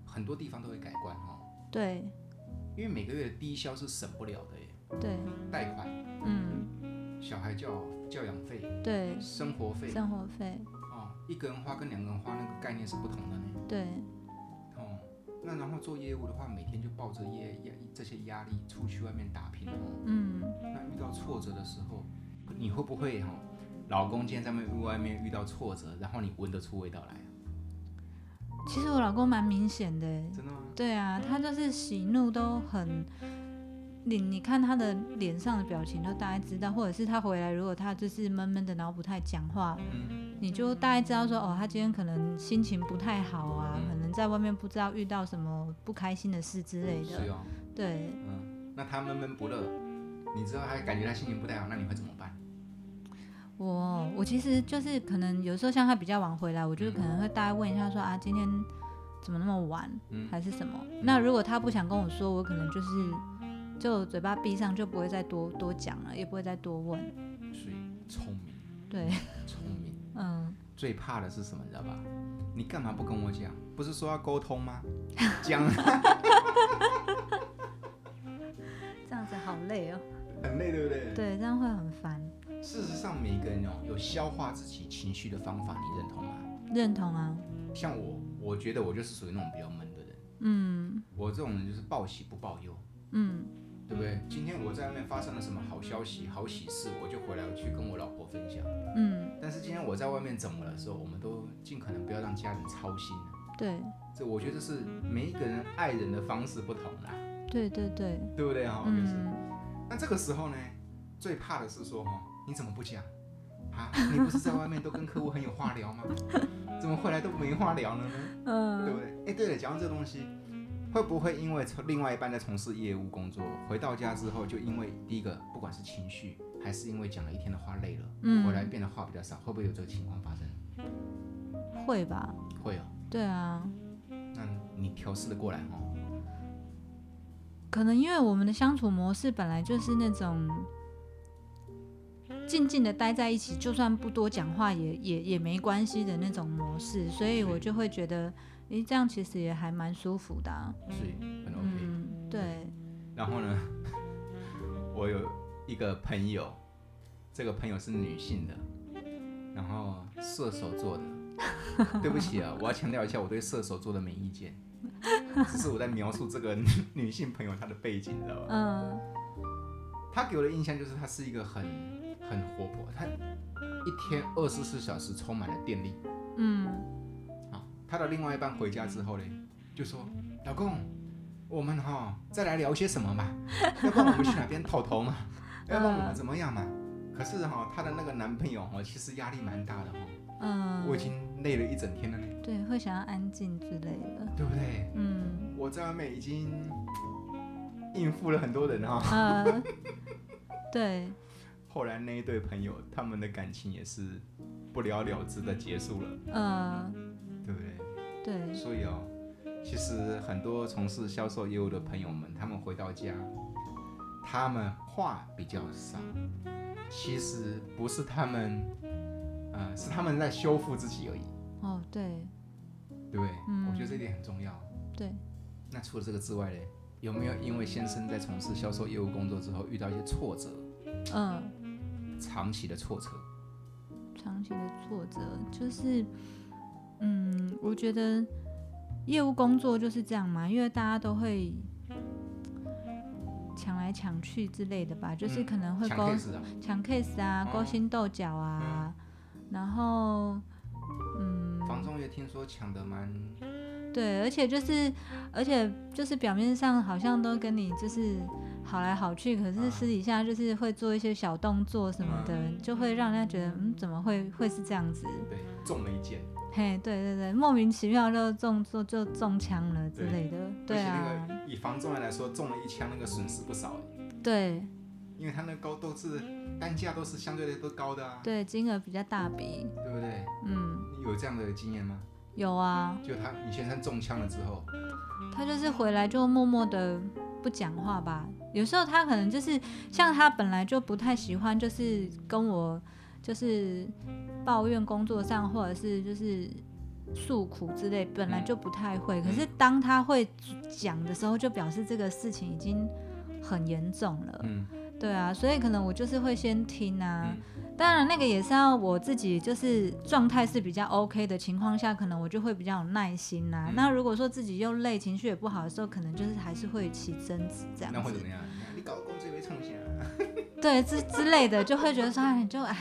[SPEAKER 1] 很多地方都会改观哈、哦，
[SPEAKER 2] 对
[SPEAKER 1] 因为每个月的低消是省不了的耶，
[SPEAKER 2] 对
[SPEAKER 1] 贷款、
[SPEAKER 2] 嗯
[SPEAKER 1] 小孩教教养费、
[SPEAKER 2] 对，
[SPEAKER 1] 生活费
[SPEAKER 2] 生活费
[SPEAKER 1] 哦，一个人花跟两个人花那个概念是不同的呢，
[SPEAKER 2] 对
[SPEAKER 1] 哦，那然后做业务的话，每天就抱着业压这些压力出去外面打拼哦，
[SPEAKER 2] 嗯
[SPEAKER 1] 那遇到挫折的时候，你会不会哈、老公今天在外面外面遇到挫折，然后你闻得出味道来啊、
[SPEAKER 2] 其实我老公蛮明显的欸，
[SPEAKER 1] 真的吗？
[SPEAKER 2] 对啊，他就是喜怒都很，你你看他的脸上的表情都大概知道，或者是他回来，如果他就是闷闷的，然后不太讲话，
[SPEAKER 1] 嗯，
[SPEAKER 2] 你就大概知道说，哦，他今天可能心情不太好啊，
[SPEAKER 1] 嗯
[SPEAKER 2] 可能在外面不知道遇到什么不开心的事之类
[SPEAKER 1] 是
[SPEAKER 2] 的。
[SPEAKER 1] 哦，
[SPEAKER 2] 对，
[SPEAKER 1] 嗯，那他闷闷不乐，你知道他感觉他心情不太好，那你会怎么办？
[SPEAKER 2] 我我其实就是可能有时候像他比较晚回来，我就可能会大概问一下说啊，今天怎么那么晚，
[SPEAKER 1] 嗯
[SPEAKER 2] 还是什么？那如果他不想跟我说，我可能就是就嘴巴闭上，就不会再多多讲了，也不会再多问。
[SPEAKER 1] 所以聪明，
[SPEAKER 2] [laughs] 对，
[SPEAKER 1] 聪明，
[SPEAKER 2] 嗯，
[SPEAKER 1] 最怕的是什么，你知道吧？你干嘛不跟我讲？不是说要沟通吗？讲
[SPEAKER 2] 这样子好累哦。
[SPEAKER 1] 很累，对不对？
[SPEAKER 2] 对，这样会很烦。
[SPEAKER 1] 事实上，每个人哦有消化自己情绪的方法，你认同吗？
[SPEAKER 2] 认同啊，
[SPEAKER 1] 像我，我觉得我就是属于那种比较闷的人，
[SPEAKER 2] 嗯
[SPEAKER 1] 我这种人就是报喜不报忧。
[SPEAKER 2] 嗯
[SPEAKER 1] 对不对？今天我在外面发生了什么好消息、好喜事，我就回来去跟我老婆分享。
[SPEAKER 2] 嗯，
[SPEAKER 1] 但是今天我在外面怎么了的时候，我们都尽可能不要让家人操心。
[SPEAKER 2] 对
[SPEAKER 1] 这我觉得是每一个人爱人的方式不同啦，
[SPEAKER 2] 对对对，
[SPEAKER 1] 对不对哈、就是
[SPEAKER 2] 嗯，
[SPEAKER 1] 那这个时候呢，最怕的是说哈，你怎么不讲啊？你不是在外面都跟客户很有话聊吗？ [laughs] 怎么回来都没话聊了呢？对不
[SPEAKER 2] 嗯，
[SPEAKER 1] 对？哎，对了，讲到这东西，会不会因为从另外一半在从事业务工作，回到家之后就因为第一个，不管是情绪还是因为讲了一天的话累了，
[SPEAKER 2] 嗯
[SPEAKER 1] 回来变得话比较少，会不会有这个情况发生？
[SPEAKER 2] 会吧？
[SPEAKER 1] 会哦。
[SPEAKER 2] 对啊，
[SPEAKER 1] 那你调试的过来哦。
[SPEAKER 2] 可能因为我们的相处模式本来就是那种静静的待在一起，就算不多讲话也也也没关系的那种模式，所以我就会觉得，诶，这样其实也还蛮舒服的啊、
[SPEAKER 1] 所以很 OK。
[SPEAKER 2] 嗯，对，
[SPEAKER 1] 然后呢， [laughs] 我有一个朋友，这个朋友是女性的，然后射手座的。对不起啊，我要强调一下，我对射手座的没意见，只是我在描述这个 [laughs] 女性朋友她的背景，你知道吧？
[SPEAKER 2] 嗯
[SPEAKER 1] 她给我的印象就是她是一个很很活泼，她一天二十四小时充满了电力，
[SPEAKER 2] 嗯
[SPEAKER 1] 啊，她的另外一半回家之后嘞，就说：“老公，我们哈、再来聊些什么嘛？ [laughs] 要不然我们去哪边透头嘛？要不然我们怎么样嘛？”可是哈、她的那个男朋友哦，其实压力蛮大的哦，
[SPEAKER 2] 嗯，
[SPEAKER 1] 我已经累了一整天了嘞，
[SPEAKER 2] 对，会想要安静之类的。
[SPEAKER 1] 对不对？
[SPEAKER 2] 嗯
[SPEAKER 1] 我在外面已经应付了很多人哈、
[SPEAKER 2] 呃， [laughs] 对，
[SPEAKER 1] 后来那一对朋友，他们的感情也是不了了之的结束了，
[SPEAKER 2] 呃，
[SPEAKER 1] 对不对？
[SPEAKER 2] 对，
[SPEAKER 1] 所以哦，其实很多从事销售业务的朋友们，他们回到家，他们话比较少，其实不是他们，呃，是他们在修复自己而已，
[SPEAKER 2] 哦，对
[SPEAKER 1] 对不对？
[SPEAKER 2] 嗯
[SPEAKER 1] 我觉得这一点很重要。
[SPEAKER 2] 对，
[SPEAKER 1] 那除了这个之外嘞，有没有因为先生在从事销售业务工作之后遇到一些挫折，
[SPEAKER 2] 嗯、
[SPEAKER 1] 长期的挫折？
[SPEAKER 2] 长期的挫折，就是，嗯，我觉得业务工作就是这样嘛，因为大家都会抢来抢去之类的吧，就是
[SPEAKER 1] 嗯
[SPEAKER 2] 可能会
[SPEAKER 1] 抢
[SPEAKER 2] 勾
[SPEAKER 1] case 啊，
[SPEAKER 2] 抢 case 啊，勾
[SPEAKER 1] 哦
[SPEAKER 2] 心斗角啊，然后，嗯，
[SPEAKER 1] 房仲也听说抢的蛮
[SPEAKER 2] 对，而且就是，而且就是表面上好像都跟你就是好来好去，可是
[SPEAKER 1] 啊嗯
[SPEAKER 2] 私底下就是会做一些小动作什么的，就会让人家觉得，嗯，怎么会会是这样子？
[SPEAKER 1] 对，中了一箭。
[SPEAKER 2] 嘿，对对对，莫名其妙就中就就中枪了之类的，对
[SPEAKER 1] 而
[SPEAKER 2] 啊
[SPEAKER 1] 且，那个以房仲来说，中了一枪，那个损失不少欸
[SPEAKER 2] 对
[SPEAKER 1] 因为他那个高都是单价都是相对的都高的啊，
[SPEAKER 2] 对，金额比较大笔，
[SPEAKER 1] 对不对？
[SPEAKER 2] 嗯，
[SPEAKER 1] 你有这样的经验吗？
[SPEAKER 2] 有啊，
[SPEAKER 1] 就他你先生中枪了之后，
[SPEAKER 2] 他就是回来就默默的不讲话吧。有时候他可能就是像他本来就不太喜欢，就是跟我就是抱怨工作上或者是就是诉苦之类，本来就不太
[SPEAKER 1] 嗯
[SPEAKER 2] 会。可是当他会讲的时候，就表示这个事情已经很严重了。
[SPEAKER 1] 嗯，
[SPEAKER 2] 对啊，所以可能我就是会先听啊。当然，那个也是要我自己就是状态是比较 OK 的情况下，可能我就会比较有耐心呐、
[SPEAKER 1] 嗯
[SPEAKER 2] 那如果说自己又累、情绪也不好的时候，可能就是还是会起争执这样
[SPEAKER 1] 那会怎
[SPEAKER 2] 子
[SPEAKER 1] 么，样？你搞工资也被冲下，啊
[SPEAKER 2] 对之之类的，就会觉得说，哎，就哎，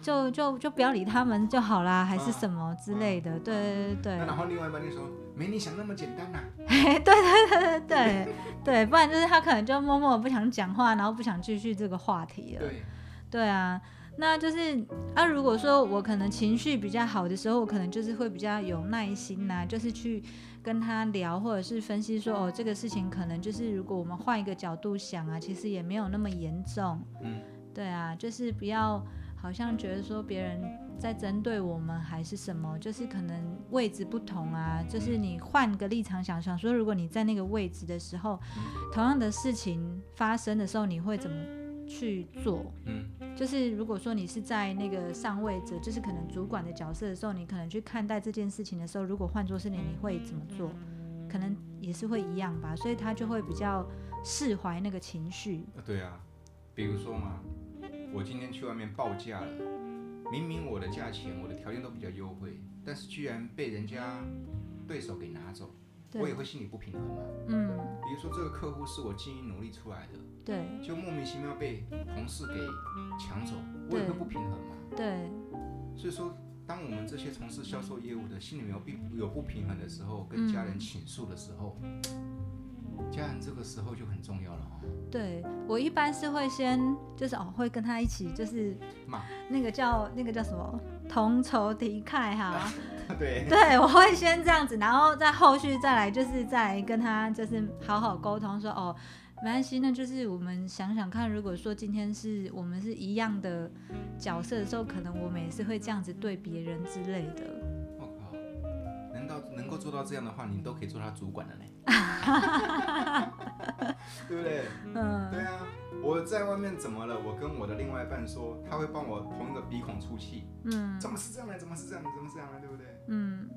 [SPEAKER 2] 就就就不要理他们就好啦，还
[SPEAKER 1] 嗯
[SPEAKER 2] 是什么之类的。对对对
[SPEAKER 1] 那然后另外一半就说没你想那么简单呐、
[SPEAKER 2] 对对对对对对，不然就是他可能就默默地不想讲话，然后不想继续这个话题了。
[SPEAKER 1] 对，
[SPEAKER 2] 对啊，那就是啊，如果说我可能情绪比较好的时候，我可能就是会比较有耐心呐、就是去跟他聊，或者是分析说，哦，这个事情可能就是如果我们换一个角度想啊，其实也没有那么严重。
[SPEAKER 1] 嗯，
[SPEAKER 2] 对啊，就是不要好像觉得说别人在针对我们还是什么，就是可能位置不同啊，就是你换个立场想，想说如果你在那个位置的时候，同样的事情发生的时候，你会怎么去做？
[SPEAKER 1] 嗯
[SPEAKER 2] 就是如果说你是在那个上位者，就是可能主管的角色的时候，你可能去看待这件事情的时候，如果换作是你，你会怎么做？可能也是会一样吧，所以他就会比较释怀那个情绪。
[SPEAKER 1] 呃对啊，比如说嘛，我今天去外面报价了，明明我的价钱我的条件都比较优惠，但是居然被人家对手给拿走，我也
[SPEAKER 2] 对，
[SPEAKER 1] 会心里不平衡嘛。
[SPEAKER 2] 嗯，
[SPEAKER 1] 比如说这个客户是我经营努力出来的，
[SPEAKER 2] 对
[SPEAKER 1] 就莫名其妙被同事给抢走，我也
[SPEAKER 2] 对
[SPEAKER 1] 会不平衡嘛。
[SPEAKER 2] 对，
[SPEAKER 1] 所以说，当我们这些从事销售业务的心里面有不有不平衡的时候，跟家人
[SPEAKER 2] 嗯
[SPEAKER 1] 倾诉的时候，家人这个时候就很重要了哦哈、
[SPEAKER 2] 对我一般是会先就是哦，会跟他一起就是 [laughs]
[SPEAKER 1] 骂，
[SPEAKER 2] 那个叫那个叫什么同仇敌忾哈。
[SPEAKER 1] 对，
[SPEAKER 2] 对，我会先这样子，然后再后续再来，就是再来跟他就是好好沟通说，哦，没关系，那就是我们想想看，如果说今天是我们是一样的角色的时候，可能我们也是会这样子对别人之类的。
[SPEAKER 1] 我靠，能到能够做到这样的话，你都可以做他主管了嘞，
[SPEAKER 2] [laughs]
[SPEAKER 1] 对不对？
[SPEAKER 2] 嗯，
[SPEAKER 1] 对啊，我在外面怎么了？我跟我的另外一半说，他会帮我同一个鼻孔出气，
[SPEAKER 2] 嗯
[SPEAKER 1] 怎么是这样呢？怎么是这样呢？怎么是这样呢？对不对？
[SPEAKER 2] 嗯，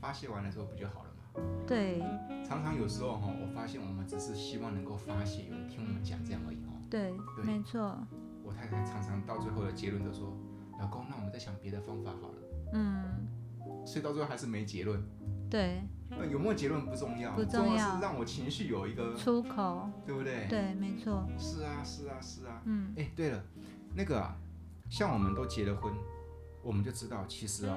[SPEAKER 1] 发泄完了之后不就好了吗？
[SPEAKER 2] 对
[SPEAKER 1] 常常有时候哈，我发现我们只是希望能够发泄，有人听我们讲这样而已哦。
[SPEAKER 2] 对，
[SPEAKER 1] 对
[SPEAKER 2] 没错，
[SPEAKER 1] 我太太常常到最后的结论都说：“老公，那我们再想别的方法好了。
[SPEAKER 2] 嗯，”
[SPEAKER 1] 所以到最后还是没结论。
[SPEAKER 2] 对，
[SPEAKER 1] 那有没有结论不重要，
[SPEAKER 2] 不重
[SPEAKER 1] 重
[SPEAKER 2] 要
[SPEAKER 1] 是让我情绪有一个，
[SPEAKER 2] 出口，
[SPEAKER 1] 对不对？
[SPEAKER 2] 对，没错，
[SPEAKER 1] 哎是啊，是啊，是啊。
[SPEAKER 2] 嗯
[SPEAKER 1] 哎，对了，那个啊，像我们都结了婚，我们就知道其实啊、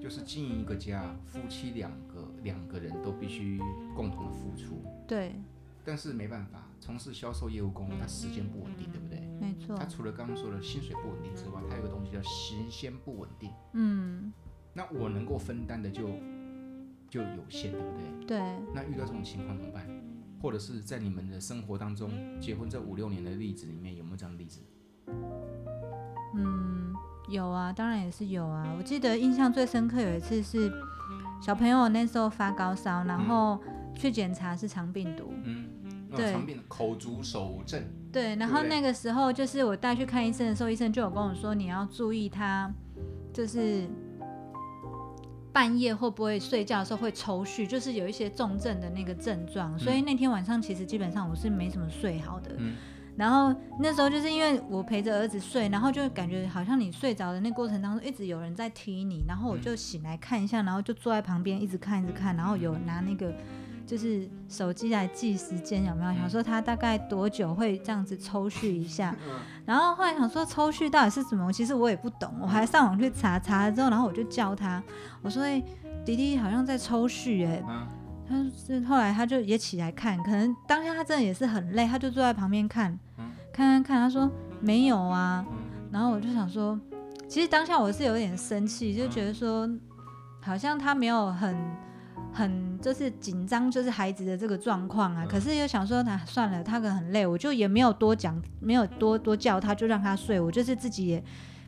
[SPEAKER 1] 就是经营一个家，夫妻两个两个人都必须共同的付出。
[SPEAKER 2] 对，
[SPEAKER 1] 但是没办法，从事销售业务工，它时间不稳定，对不嗯对？
[SPEAKER 2] 没错
[SPEAKER 1] 它，除了刚刚说的薪水不稳定之外，它有一个东西叫行先不稳定。
[SPEAKER 2] 嗯，
[SPEAKER 1] 那我能够分担的就就有限，对不对？
[SPEAKER 2] 对，
[SPEAKER 1] 那遇到这种情况怎么办？或者是在你们的生活当中，结婚这五六年的例子里面有没有这样的例子？
[SPEAKER 2] 有啊，当然也是有啊。我记得印象最深刻有一次是小朋友那时候发高烧，然后去检查是肠病毒。
[SPEAKER 1] 嗯，那种
[SPEAKER 2] 对
[SPEAKER 1] 常病的口足手症，
[SPEAKER 2] 对，然后
[SPEAKER 1] 对
[SPEAKER 2] 那个时候就是我带去看医生的时候，医生就有跟我说你要注意他，就是半夜会不会睡觉的时候会抽搐，就是有一些重症的那个症状。所以那天晚上其实基本上我是没怎么睡好的。
[SPEAKER 1] 嗯
[SPEAKER 2] 然后那时候就是因为我陪着儿子睡，然后就感觉好像你睡着的那过程当中一直有人在踢你，然后我就醒来看一下，然后就坐在旁边一直看一直看，然后有拿那个就是手机来计时间有没有？
[SPEAKER 1] 嗯，
[SPEAKER 2] 想说他大概多久会这样子抽搐一下
[SPEAKER 1] 嗯
[SPEAKER 2] 然后后来想说抽搐到底是什么，其实我也不懂，我还上网去查，查了之后，然后我就叫他，我说：“哎、迪迪好像在抽搐、哎。”
[SPEAKER 1] 啊，
[SPEAKER 2] 他是后来他就也起来看，可能当下他真的也是很累，他就坐在旁边看，
[SPEAKER 1] 嗯
[SPEAKER 2] 看看看，他说没有啊，
[SPEAKER 1] 嗯
[SPEAKER 2] 然后我就想说，其实当下我是有点生气，就觉得说好像他没有很很就是紧张，就是孩子的这个状况啊，
[SPEAKER 1] 嗯
[SPEAKER 2] 可是又想说，那、算了，他可能很累，我就也没有多讲，没有多多叫他，就让他睡，我就是自己也。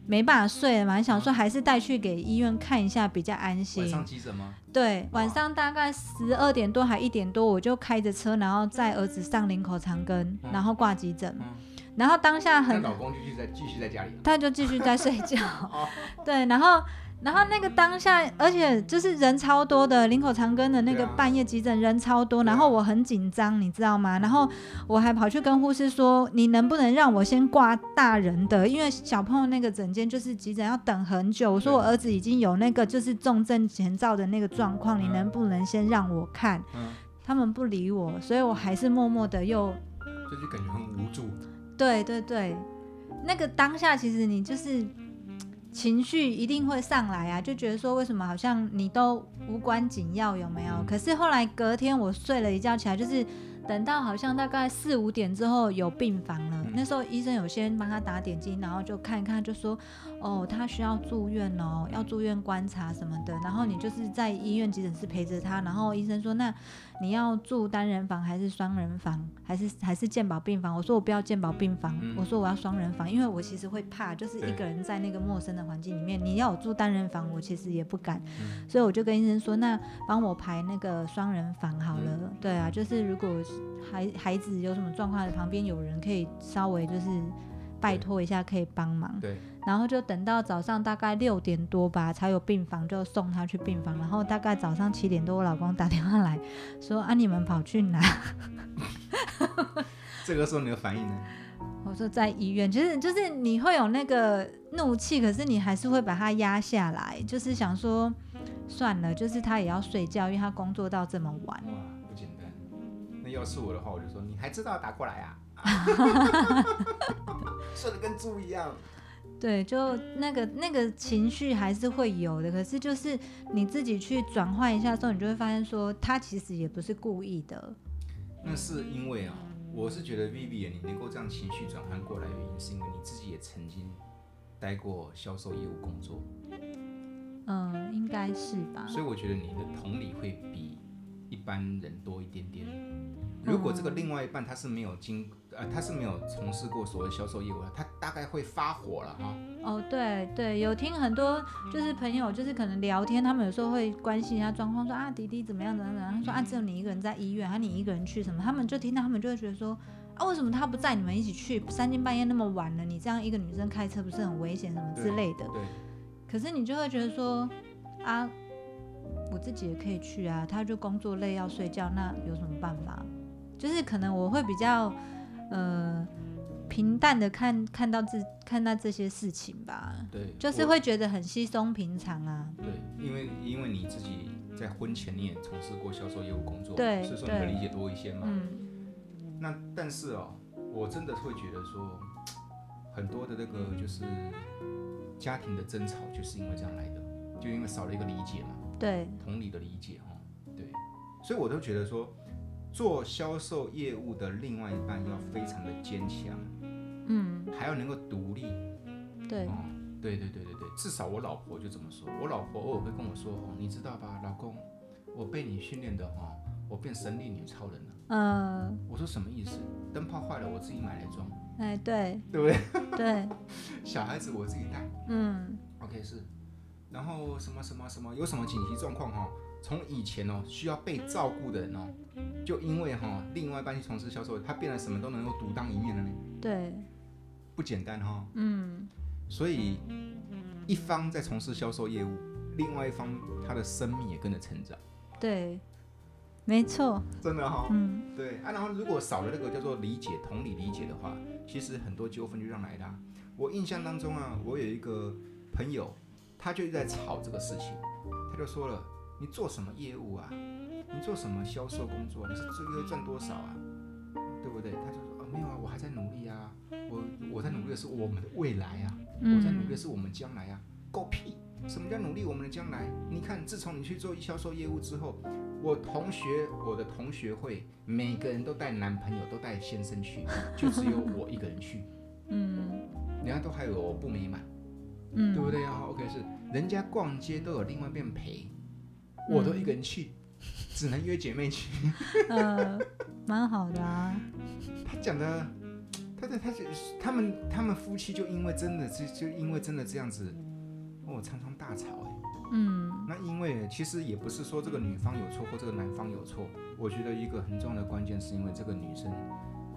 [SPEAKER 2] 没办法睡了嘛，想说还是带去给医院看一下比较安心。
[SPEAKER 1] 晚上急诊吗？
[SPEAKER 2] 对，晚
[SPEAKER 1] 哇
[SPEAKER 2] 上大概十二点多还一点多，我就开着车，然后载儿子上林口长庚，
[SPEAKER 1] 嗯
[SPEAKER 2] 然后挂急诊，
[SPEAKER 1] 嗯，
[SPEAKER 2] 然后当下
[SPEAKER 1] 那
[SPEAKER 2] 很，
[SPEAKER 1] 老公就继续在继续在家里了。
[SPEAKER 2] 他就继续在睡
[SPEAKER 1] [laughs]
[SPEAKER 2] 觉，
[SPEAKER 1] 哦
[SPEAKER 2] 对，然后。然后那个当下，而且就是人超多的，林口长庚的那
[SPEAKER 1] 对
[SPEAKER 2] 个
[SPEAKER 1] 啊
[SPEAKER 2] 半夜急诊人超多，
[SPEAKER 1] 对啊
[SPEAKER 2] 然后我很紧张，你知道吗？然后我还跑去跟护士说，你能不能让我先挂大人的，因为小朋友那个诊间就是急诊要等很久。我说
[SPEAKER 1] 对
[SPEAKER 2] 我儿子已经有那个就是重症前兆的那个状况，你
[SPEAKER 1] 嗯
[SPEAKER 2] 能不能先让我看？
[SPEAKER 1] 嗯，
[SPEAKER 2] 他们不理我，所以我还是默默的又
[SPEAKER 1] 这嗯就感觉很无助。
[SPEAKER 2] 对对对，那个当下其实你就是嗯情绪一定会上来啊，就觉得说为什么好像你都无关紧要有没有？
[SPEAKER 1] 嗯
[SPEAKER 2] 可是后来隔天我睡了一觉起来，就是等到好像大概四五点之后有病房了，
[SPEAKER 1] 嗯
[SPEAKER 2] 那时候医生有先帮他打点滴，然后就看一看，就说哦他需要住院哦，要住院观察什么的。然后你就是在医院急诊室陪着他，然后医生说那你要住单人房还是双人房，还是还是健保病房？我说我不要健保病房，
[SPEAKER 1] 嗯
[SPEAKER 2] 我说我要双人房，因为我其实会怕，就是
[SPEAKER 1] 对
[SPEAKER 2] 一个人在那个陌生的环境里面，你要我住单人房，我其实也不敢，
[SPEAKER 1] 嗯
[SPEAKER 2] 所以我就跟医生说，那帮我排那个双人房好了。
[SPEAKER 1] 嗯
[SPEAKER 2] 对啊，就是如果孩孩子有什么状况，旁边有人可以稍微就是拜托一下，可以帮忙。
[SPEAKER 1] 对，
[SPEAKER 2] 然后就等到早上大概六点多吧，才有病房就送他去病房。然后大概早上七点多，我老公打电话来说：“啊，你们跑去哪 [laughs]
[SPEAKER 1] 这个时候你的反应呢？？”
[SPEAKER 2] 我说：“在医院。”就是就是你会有那个怒气，可是你还是会把它压下来，就是想说算了，就是他也要睡觉，因为他工作到这么晚。
[SPEAKER 1] 哇，不简单。那要是我的话，我就说你还知道打过来 [laughs] 啊，睡得跟猪一样。
[SPEAKER 2] 对，就那个那个情绪还是会有的，可是就是你自己去转换一下之后，你就会发现说他其实也不是故意的。
[SPEAKER 1] 那是因为啊、我是觉得 Vivian 你能够这样情绪转换过来，原因是因为你自己也曾经待过销售业务工作，
[SPEAKER 2] 嗯，应该是吧。
[SPEAKER 1] 所以我觉得你的同理会比一般人多一点点。如果这个另外一半他是没有经呃，他是没有从事过所谓销售业务的，他大概会发火了哈。
[SPEAKER 2] 哦，对对，有听很多就是朋友，就是可能聊天，他们有时候会关心一下状况，说啊，迪迪怎么样怎么样怎么样。他说啊，只有你一个人在医院，啊，你一个人去什么？他们就听到，他们就会觉得说啊，为什么他不载你们一起去？三更半夜那么晚了，你这样一个女生开车不是很危险什么之
[SPEAKER 1] 对
[SPEAKER 2] 类的。
[SPEAKER 1] 对，
[SPEAKER 2] 可是你就会觉得说啊，我自己也可以去啊，他就工作累要睡觉，那有什么办法？就是可能我会比较呃平淡的看看到这看到这些事情吧，
[SPEAKER 1] 对，
[SPEAKER 2] 就是会觉得很稀松平常啊。
[SPEAKER 1] 我对，因为因为你自己在婚前你也从事过销售业务工作，
[SPEAKER 2] 对
[SPEAKER 1] 所以说你会
[SPEAKER 2] 对
[SPEAKER 1] 理解多一些嘛。
[SPEAKER 2] 嗯，
[SPEAKER 1] 那但是哦，我真的会觉得说，很多的那个就是家庭的争吵就是因为这样来的。就因为少了一个理解嘛，
[SPEAKER 2] 对，
[SPEAKER 1] 同理的理解哦，对，所以我都觉得说，做销售业务的另外一半要非常的坚强，
[SPEAKER 2] 嗯，
[SPEAKER 1] 还要能够独立，
[SPEAKER 2] 对，
[SPEAKER 1] 哦，对对对对对，至少我老婆就这么说。我老婆偶尔会跟我说：“哦，你知道吧，老公，我被你训练的哦，我变神力女超人了。
[SPEAKER 2] 嗯，”
[SPEAKER 1] 我说什么意思？灯泡坏了我自己买来装，
[SPEAKER 2] 哎，对，
[SPEAKER 1] 对不对？
[SPEAKER 2] 对，
[SPEAKER 1] 小孩子我自己带
[SPEAKER 2] 嗯，
[SPEAKER 1] ，OK 是。然后什么什么什么，有什么紧急状况哦，从以前哦需要被照顾的人哦，就因为哈、哦、另外一半去从事销售，他变得什么都能够独当一面了呢，
[SPEAKER 2] 对，
[SPEAKER 1] 不简单哈、哦。
[SPEAKER 2] 嗯，
[SPEAKER 1] 所以一方在从事销售业务，另外一方他的生命也跟着成长，
[SPEAKER 2] 对，没错，
[SPEAKER 1] 真的哈、
[SPEAKER 2] 嗯，
[SPEAKER 1] 对啊。然后如果少了那个叫做理解、同理理解的话，其实很多纠纷就让来啦、我印象当中啊，我有一个朋友，他就一直在吵这个事情，他就说了：“你做什么业务啊？你做什么销售工作啊？你是最月赚多少啊？对不对？”他就说：“啊，没有啊，我还在努力啊，我我在努力的是我们的未来啊。”我在努力
[SPEAKER 2] 嗯，
[SPEAKER 1] 的是我们将来啊，狗屁！什么叫努力我们的将来？你看，自从你去做销售业务之后，我同学、我的同学会，每个人都带男朋友，都带先生去，就只有我一个人去，
[SPEAKER 2] 嗯，
[SPEAKER 1] 人家都还以为我不美满，
[SPEAKER 2] 嗯，
[SPEAKER 1] 对不对啊？OK，是人家逛街都有另外一边陪，
[SPEAKER 2] 嗯
[SPEAKER 1] 我都一个人去，只能约姐妹去。
[SPEAKER 2] 呃，蛮好的啊，
[SPEAKER 1] 他讲的，他的他就他们他们夫妻就因为真的就就因为真的这样子，哦，常常大吵哎、
[SPEAKER 2] 嗯，
[SPEAKER 1] 那因为其实也不是说这个女方有错或这个男方有错，我觉得一个很重要的关键是因为这个女生，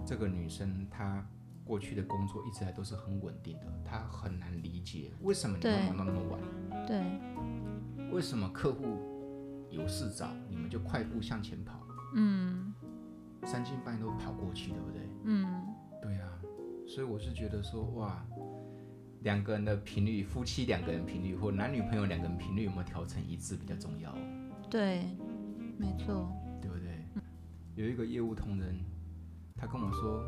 [SPEAKER 1] 这个女生她过去的工作一直来都是很稳定的，她很难理解为什么你
[SPEAKER 2] 对
[SPEAKER 1] 们忙到那么晚，
[SPEAKER 2] 对，
[SPEAKER 1] 为什么客户有事找你们就快步向前跑，
[SPEAKER 2] 嗯，
[SPEAKER 1] 三更半夜都跑过去，对不对？
[SPEAKER 2] 嗯，
[SPEAKER 1] 对啊，所以我是觉得说，哇，两个人的频率，夫妻两个人频率或男女朋友两个人频率有没有调成一致比较重要哦、
[SPEAKER 2] 对，没错，
[SPEAKER 1] 对不对？
[SPEAKER 2] 嗯
[SPEAKER 1] 有一个业务同仁，他跟我说：“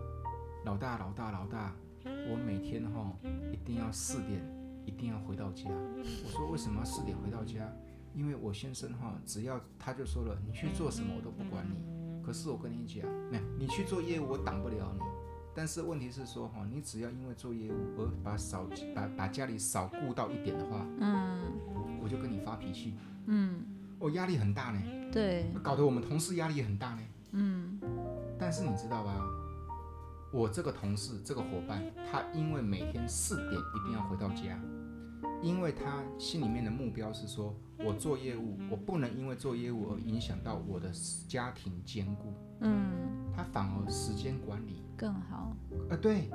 [SPEAKER 1] 老大，老大，老大，我每天哈、一定要四点，一定要回到家。”
[SPEAKER 2] 嗯
[SPEAKER 1] 我说：“为什么要四点回到家？因为我先生哈、只要他就说了，你去做什么我都不管
[SPEAKER 2] 嗯
[SPEAKER 1] 你。可是我跟你讲，那你去做业务，我挡不了你。但是问题是说哈、你只要因为做业务而把少把把家里少顾到一点的话，
[SPEAKER 2] 嗯，
[SPEAKER 1] 我就跟你发脾气，
[SPEAKER 2] 嗯，
[SPEAKER 1] 我、压力很大呢，
[SPEAKER 2] 对，
[SPEAKER 1] 搞得我们同事压力也很大呢。”
[SPEAKER 2] 嗯，
[SPEAKER 1] 但是你知道吧，我这个同事这个伙伴，他因为每天四点一定要回到家，因为他心里面的目标是说，我做业务，我不能因为做业务而影响到我的家庭兼顾，
[SPEAKER 2] 嗯，
[SPEAKER 1] 他反而时间管理，
[SPEAKER 2] 更好，
[SPEAKER 1] 呃，对，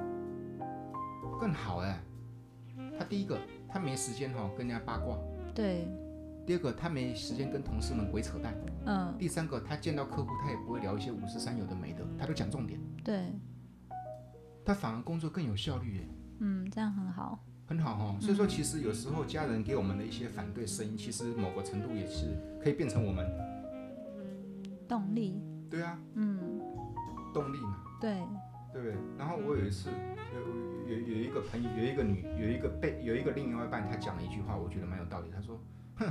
[SPEAKER 1] 更好哎。他第一个，他没时间哈、哦、跟人家八卦；
[SPEAKER 2] 对，
[SPEAKER 1] 第二个，他没时间跟同事们鬼扯淡；
[SPEAKER 2] 嗯，
[SPEAKER 1] 第三个，他见到客户他也不会聊一些五十三有的没的，他都讲重点。
[SPEAKER 2] 对，
[SPEAKER 1] 他反而工作更有效率耶，
[SPEAKER 2] 嗯，这样很好，
[SPEAKER 1] 很好哦。所以说，其实有时候家人给我们的一些反对声音，其实某个程度也是可以变成我们
[SPEAKER 2] 动力，
[SPEAKER 1] 对啊
[SPEAKER 2] 嗯，
[SPEAKER 1] 动力嘛，
[SPEAKER 2] 对，
[SPEAKER 1] 对不对？然后我有一次有有有一个朋友，有一个女，有一个被有一个另外一半，他讲了一句话，我觉得蛮有道理。他说：“哼，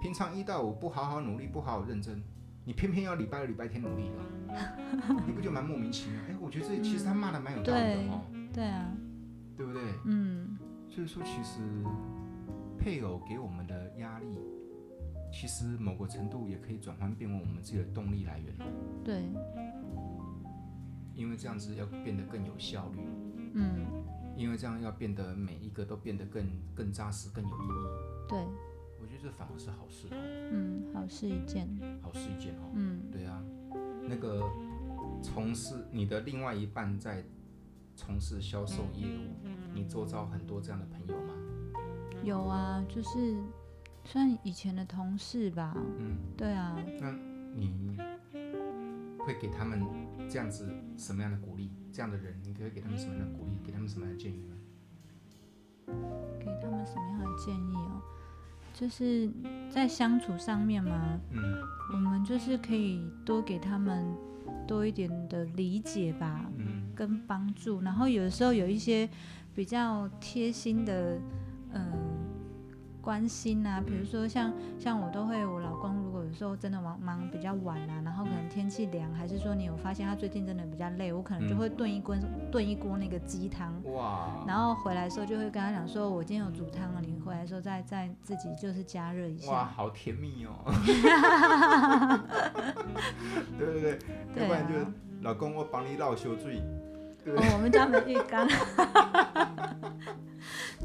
[SPEAKER 1] 平常一到五不好好努力，不好好认真，你偏偏要礼拜六、礼拜天努力了， [laughs] 你不觉得蛮莫名其妙？”哎，我觉得这其实他骂的蛮有道理的哦，
[SPEAKER 2] 对啊，
[SPEAKER 1] 对不对？
[SPEAKER 2] 嗯，
[SPEAKER 1] 所以说，其实配偶给我们的压力，其实某个程度也可以转换变为我们自己的动力来源，
[SPEAKER 2] 对，
[SPEAKER 1] 因为这样子要变得更有效率，
[SPEAKER 2] 嗯，
[SPEAKER 1] 因为这样要变得每一个都变得更更扎实、更有意义。
[SPEAKER 2] 对，
[SPEAKER 1] 我觉得这反而是好事哦，
[SPEAKER 2] 嗯，好事一件，
[SPEAKER 1] 好事一件哦。
[SPEAKER 2] 嗯，
[SPEAKER 1] 对啊，那个从事你的另外一半在从事销售业务，你周遭很多这样的朋友吗？
[SPEAKER 2] 有啊，就是算以前的同事吧，
[SPEAKER 1] 嗯。
[SPEAKER 2] 对啊，
[SPEAKER 1] 你会给他们这样子什么样的鼓励？这样的人，你可以给他们什么样的鼓励？给他们什么样的建议吗？
[SPEAKER 2] 给他们什么样的建议哦？就是在相处上面嘛，
[SPEAKER 1] 嗯
[SPEAKER 2] 我们就是可以多给他们多一点的理解吧，
[SPEAKER 1] 嗯
[SPEAKER 2] 跟帮助。然后有的时候有一些比较贴心的，嗯、呃关心啊，比如说像像我都会，我老公如果有时候真的忙忙比较晚啊，然后可能天气凉，还是说你有发现他最近真的比较累，我可能就
[SPEAKER 1] 嗯
[SPEAKER 2] 会炖一锅炖一锅那个鸡汤，
[SPEAKER 1] 哇，
[SPEAKER 2] 然后回来的时候就会跟他讲说，我今天有煮汤了，你回来的时候再再自己就是加热一
[SPEAKER 1] 哇，
[SPEAKER 2] 下。
[SPEAKER 1] 好甜蜜
[SPEAKER 2] [laughs]
[SPEAKER 1] 哦。对对对，要
[SPEAKER 2] 对
[SPEAKER 1] 不然
[SPEAKER 2] 啊
[SPEAKER 1] 就，老公，我帮你绕修水。对
[SPEAKER 2] 哦，我们家没浴缸。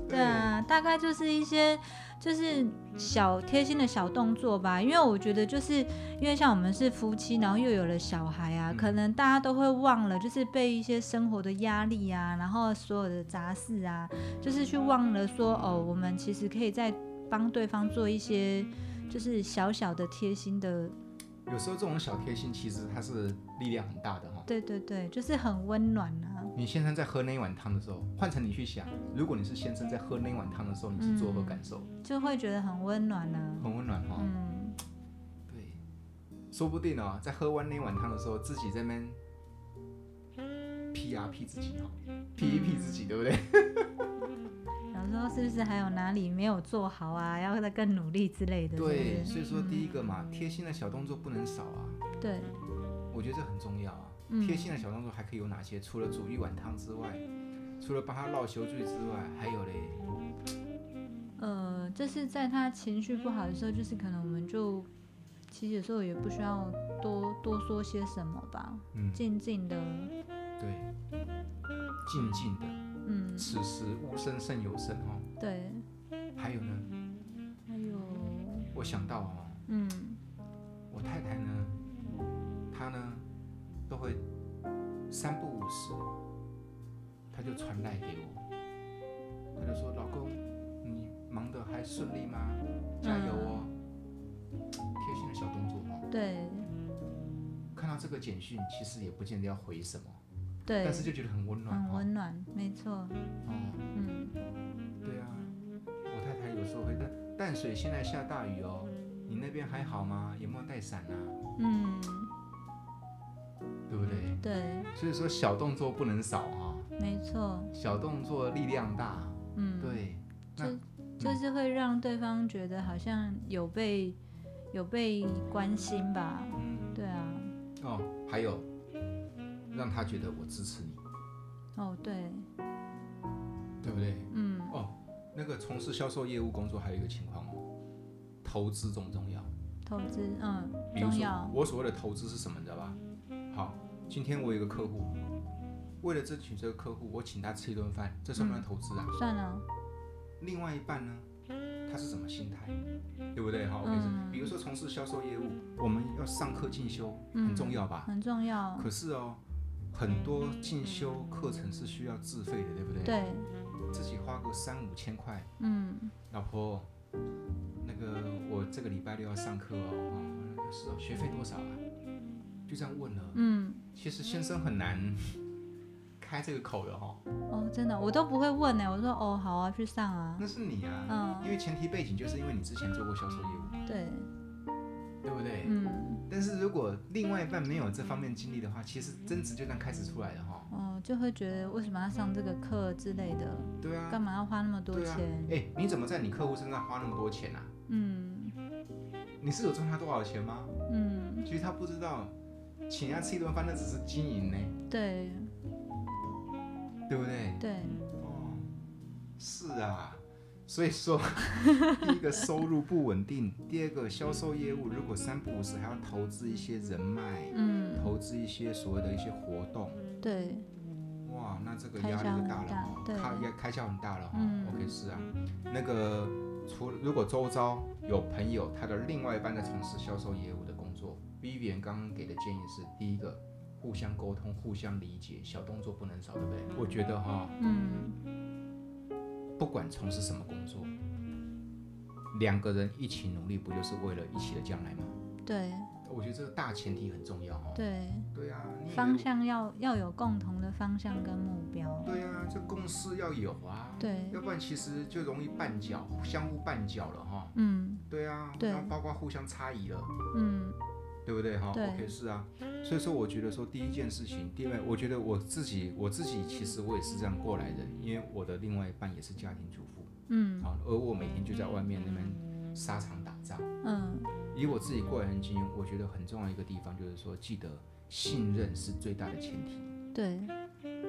[SPEAKER 2] 对
[SPEAKER 1] 嗯
[SPEAKER 2] 啊，大概就是一些就是小贴心的小动作吧，因为我觉得就是因为像我们是夫妻，然后又有了小孩啊，
[SPEAKER 1] 嗯
[SPEAKER 2] 可能大家都会忘了，就是被一些生活的压力啊，然后所有的杂事啊，就是去忘了说哦，我们其实可以在帮对方做一些就是小小的贴心的，
[SPEAKER 1] 对，有时候这种小贴心其实它是力量很大的哈、哦。
[SPEAKER 2] 对对对，就是很温暖啊。
[SPEAKER 1] 你先生在喝那一碗汤的时候，换成你去想，如果你是先生在喝那一碗汤的时候，你是作何感受？
[SPEAKER 2] 就会觉得很温暖呢、
[SPEAKER 1] 很温暖哈、哦。
[SPEAKER 2] 嗯，
[SPEAKER 1] 对，说不定哦，在喝完那碗汤的时候，自己在那边 P R P 自己哦，P 一 P 自己，对不对？
[SPEAKER 2] 想说是不是还有哪里没有做好啊？要再更努力之类的。
[SPEAKER 1] 嗯对，
[SPEAKER 2] 是
[SPEAKER 1] 所以说第一个嘛，贴心的小动作不能少啊，
[SPEAKER 2] 不是对，
[SPEAKER 1] 我觉得这很重要啊。
[SPEAKER 2] 嗯
[SPEAKER 1] 贴心的小动作还可以有哪些？除了煮一碗汤之外，除了帮他绕球具之外，还有嘞，
[SPEAKER 2] 呃，就是在他情绪不好的时候，就是可能我们就其实有时候也不需要多多说些什么吧，
[SPEAKER 1] 嗯，
[SPEAKER 2] 静静的，
[SPEAKER 1] 对，静静的，
[SPEAKER 2] 嗯，
[SPEAKER 1] 此时无声胜有声哦。
[SPEAKER 2] 对，
[SPEAKER 1] 还有呢，
[SPEAKER 2] 还有，
[SPEAKER 1] 我想到哦，
[SPEAKER 2] 嗯，
[SPEAKER 1] 我太太呢，她呢都会三不五时，她就传赖给我，她就说：“老公，你忙得还顺利吗？加
[SPEAKER 2] 嗯
[SPEAKER 1] 油哦！”贴心的小动作哦。
[SPEAKER 2] 对
[SPEAKER 1] 看到这个简讯，其实也不见得要回什么，
[SPEAKER 2] 对
[SPEAKER 1] 但，是就觉得很温暖
[SPEAKER 2] 很
[SPEAKER 1] 哦。
[SPEAKER 2] 温暖，没错，
[SPEAKER 1] 哦，
[SPEAKER 2] 嗯，
[SPEAKER 1] 对啊，我太太有时候会淡淡水现在下大雨哦，你那边还好吗？有没有带伞啊？
[SPEAKER 2] 嗯，
[SPEAKER 1] 对不对？
[SPEAKER 2] 对，
[SPEAKER 1] 所以说小动作不能少啊、
[SPEAKER 2] 没错，
[SPEAKER 1] 小动作力量大，
[SPEAKER 2] 嗯，
[SPEAKER 1] 对，那
[SPEAKER 2] 就是会让对方觉得好像有被有被关心吧，
[SPEAKER 1] 嗯，
[SPEAKER 2] 对啊，
[SPEAKER 1] 哦，还有让他觉得我支持你，
[SPEAKER 2] 哦对，
[SPEAKER 1] 对不对？
[SPEAKER 2] 嗯
[SPEAKER 1] 哦，那个从事销售业务工作还有一个情况哦，投资重不重要？
[SPEAKER 2] 投资，嗯，
[SPEAKER 1] 比如
[SPEAKER 2] 重
[SPEAKER 1] 说
[SPEAKER 2] 要，
[SPEAKER 1] 我所谓的投资是什么，你知道吧？好，今天我有一个客户，为了争取这个客户，我请他吃一顿饭，这算不算投资啊？
[SPEAKER 2] 算了，嗯
[SPEAKER 1] 另外一半呢，他是什么心态，对不对？好，我跟你说
[SPEAKER 2] 嗯
[SPEAKER 1] 比如说从事销售业务，我们要上课进修，
[SPEAKER 2] 嗯
[SPEAKER 1] 很重要吧？
[SPEAKER 2] 很重要，
[SPEAKER 1] 可是哦，很多进修课程是需要自费的，对不对？
[SPEAKER 2] 对，
[SPEAKER 1] 自己花个三五千块，
[SPEAKER 2] 嗯，
[SPEAKER 1] 老婆，那个我这个礼拜六要上课哦，哦那是哦，学费多少啊？就这样问了。
[SPEAKER 2] 嗯，
[SPEAKER 1] 其实先生很难开这个口的哦，
[SPEAKER 2] 哦，真的，我都不会问呢，我说哦，好啊，去上啊，
[SPEAKER 1] 那是你啊，因
[SPEAKER 2] 嗯，
[SPEAKER 1] 为前提背景就是因为你之前做过销售业务，
[SPEAKER 2] 对，
[SPEAKER 1] 对不对？
[SPEAKER 2] 嗯，
[SPEAKER 1] 但是如果另外一半没有这方面经历的话，其实争执就这样开始出来了哈、
[SPEAKER 2] 哦，就会觉得为什么要上这个课之类的，
[SPEAKER 1] 哦。对啊，
[SPEAKER 2] 干嘛要花那么多
[SPEAKER 1] 对啊
[SPEAKER 2] 钱，
[SPEAKER 1] 哎、你怎么在你客户身上花那么多钱啊？
[SPEAKER 2] 嗯
[SPEAKER 1] 你是有赚他多少钱吗？
[SPEAKER 2] 嗯，
[SPEAKER 1] 其实他不知道，请人家吃一顿饭那只是经营呢，
[SPEAKER 2] 对
[SPEAKER 1] 对不对？
[SPEAKER 2] 对，
[SPEAKER 1] 哦，是啊，所以说， [laughs] 第一个收入不稳定，第二个销售业务如果三不五时还要投资一些人脉，
[SPEAKER 2] 嗯
[SPEAKER 1] 投资一些所谓的一些活动，
[SPEAKER 2] 对，
[SPEAKER 1] 哇，那这个
[SPEAKER 2] 开
[SPEAKER 1] 压
[SPEAKER 2] 销
[SPEAKER 1] 力就
[SPEAKER 2] 很
[SPEAKER 1] 大了
[SPEAKER 2] 大
[SPEAKER 1] 哦，
[SPEAKER 2] 对啊
[SPEAKER 1] 开也开销很大了哈、
[SPEAKER 2] 嗯
[SPEAKER 1] OK，是啊，那个除如果周遭有朋友，他的另外一半在从事销售业务的工作，Vivian 刚刚给的建议是，第一个互相沟通、互相理解，小动作不能少，对不对？我觉得哈、
[SPEAKER 2] 嗯
[SPEAKER 1] 不管从事什么工作，两个人一起努力，不就是为了一起的将来吗？
[SPEAKER 2] 对
[SPEAKER 1] 我觉得这个大前提很重要哦。
[SPEAKER 2] 对。
[SPEAKER 1] 对啊，你以为
[SPEAKER 2] 方向要要有共同的方向跟目标。
[SPEAKER 1] 对啊，这共识要有啊。
[SPEAKER 2] 对，
[SPEAKER 1] 要不然其实就容易绊脚，相互绊脚了哈。
[SPEAKER 2] 嗯
[SPEAKER 1] 对啊，
[SPEAKER 2] 对
[SPEAKER 1] 然后包括互相猜疑了，
[SPEAKER 2] 嗯
[SPEAKER 1] 对不对哈
[SPEAKER 2] 对
[SPEAKER 1] ？OK，是啊。所以说，我觉得说第一件事情，第二，我觉得我自己，我自己其实我也是这样过来的，因为我的另外一半也是家庭主妇，
[SPEAKER 2] 嗯
[SPEAKER 1] 好，而我每天就在外面那边沙场打仗。
[SPEAKER 2] 嗯
[SPEAKER 1] 以我自己个人经验，我觉得很重要一个地方就是说，记得信任是最大的前提。
[SPEAKER 2] 对，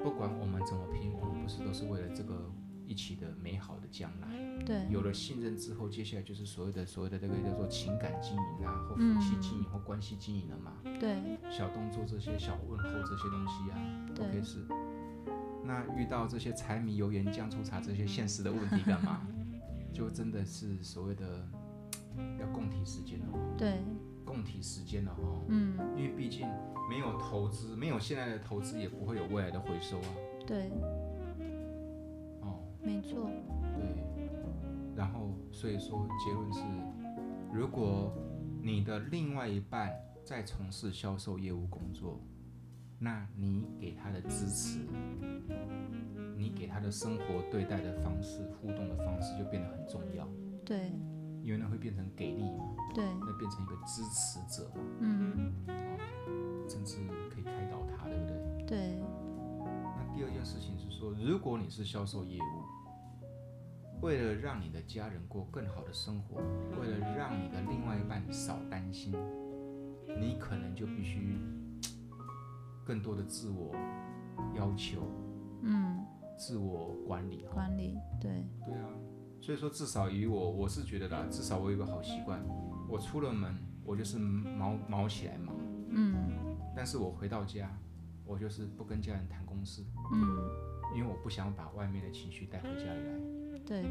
[SPEAKER 1] 不管我们怎么拼，我们不是都是为了这个一起的美好的将来。
[SPEAKER 2] 对，
[SPEAKER 1] 有了信任之后，接下来就是所谓的所谓的这个叫做情感经营啊，或夫妻经营
[SPEAKER 2] 嗯
[SPEAKER 1] 或关系经营了嘛。
[SPEAKER 2] 对，
[SPEAKER 1] 小动作这些、小问候这些东西啊，都可以
[SPEAKER 2] 对
[SPEAKER 1] 是。那遇到这些柴米油盐酱醋茶这些现实的问题干嘛？ [laughs] 就真的是所谓的要共体时间哦，
[SPEAKER 2] 对，
[SPEAKER 1] 共体时间了哦。
[SPEAKER 2] 嗯，
[SPEAKER 1] 因为毕竟没有投资，没有现在的投资，也不会有未来的回收啊。
[SPEAKER 2] 对，
[SPEAKER 1] 哦，
[SPEAKER 2] 没错，
[SPEAKER 1] 对。然后，所以说结论是，如果你的另外一半在从事销售业务工作，那你给他的支持，你给他的生活对待的方式、互动的方式就变得很重要，
[SPEAKER 2] 对，
[SPEAKER 1] 因为那会变成给力嘛，
[SPEAKER 2] 对，
[SPEAKER 1] 那变成一个支持者嘛，
[SPEAKER 2] 嗯，
[SPEAKER 1] 甚至可以开导他，对不对？
[SPEAKER 2] 对，
[SPEAKER 1] 那第二件事情是说，如果你是销售业务，为了让你的家人过更好的生活，为了让你的另外一半少担心，你可能就必须更多的自我要求、
[SPEAKER 2] 嗯，
[SPEAKER 1] 自我管理。
[SPEAKER 2] 管理，对，
[SPEAKER 1] 对啊，所以说至少以我，我是觉得啦，至少我有一个好习惯，我出了门我就是忙忙起来忙，
[SPEAKER 2] 嗯
[SPEAKER 1] 但是我回到家，我就是不跟家人谈公事。
[SPEAKER 2] 嗯，
[SPEAKER 1] 因为我不想把外面的情绪带回家里来，
[SPEAKER 2] 对，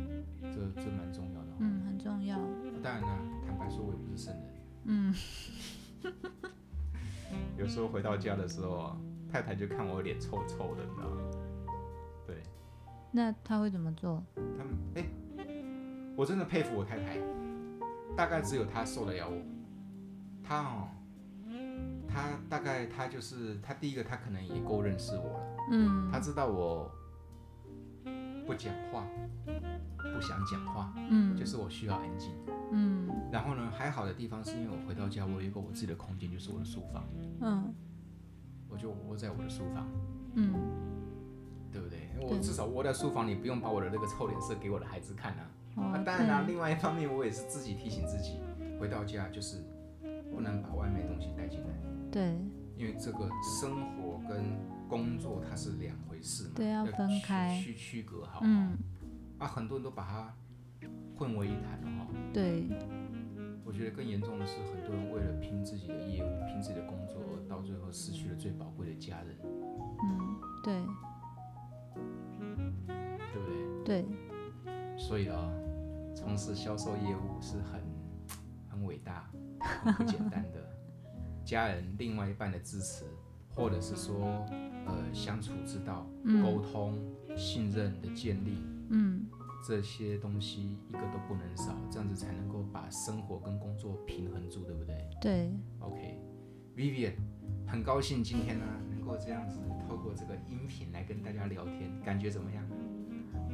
[SPEAKER 1] 这这蛮重要的哦。
[SPEAKER 2] 嗯，很重要，
[SPEAKER 1] 当然啦、坦白说，我也不是圣人，
[SPEAKER 2] 嗯，
[SPEAKER 1] 有时候回到家的时候啊，太太就看我脸臭臭的，你知道吗？对
[SPEAKER 2] 那他会怎么做？
[SPEAKER 1] 他们，哎、我真的佩服我太太，大概只有她受得了我。她哦，她大概她就是她第一个，她可能也够认识我了。
[SPEAKER 2] 嗯
[SPEAKER 1] 他知道我不讲话，不想讲话，
[SPEAKER 2] 嗯
[SPEAKER 1] 就是我需要安静。
[SPEAKER 2] 嗯
[SPEAKER 1] 然后呢，还好的地方是因为我回到家，我有一个我自己的空间，就是我的书房，
[SPEAKER 2] 嗯
[SPEAKER 1] 我就窝在我的书房，
[SPEAKER 2] 嗯，
[SPEAKER 1] 对不对？我
[SPEAKER 2] 对
[SPEAKER 1] 至少窝在书房里，不用把我的那个臭脸色给我的孩子看啊。那、
[SPEAKER 2] 哦，
[SPEAKER 1] 当然啦、
[SPEAKER 2] 对，
[SPEAKER 1] 另外一方面，我也是自己提醒自己，回到家就是不能把外面的东西带进来，
[SPEAKER 2] 对，
[SPEAKER 1] 因为这个生活跟工作它是两回事嘛，
[SPEAKER 2] 对要分
[SPEAKER 1] 区
[SPEAKER 2] 开
[SPEAKER 1] 区区隔好。
[SPEAKER 2] 嗯，
[SPEAKER 1] 啊，很多人都把它混为一谈了哈、
[SPEAKER 2] 对，
[SPEAKER 1] 我觉得更严重的是，很多人为了拼自己的业务、拼自己的工作，而到最后失去了最宝贵的家人，
[SPEAKER 2] 嗯，对
[SPEAKER 1] 对不对？
[SPEAKER 2] 对，
[SPEAKER 1] 所以啊，从事销售业务是很很伟大、很不简单的。家人、另外一半的支持，或者是说，呃，相处之道、沟通、信任的建立，
[SPEAKER 2] 嗯
[SPEAKER 1] 这些东西一个都不能少，这样子才能够把生活跟工作平衡住，对不对？
[SPEAKER 2] 对，
[SPEAKER 1] OK，Vivian，很高兴今天呢、能够这样子透过这个音频来跟大家聊天，感觉怎么样？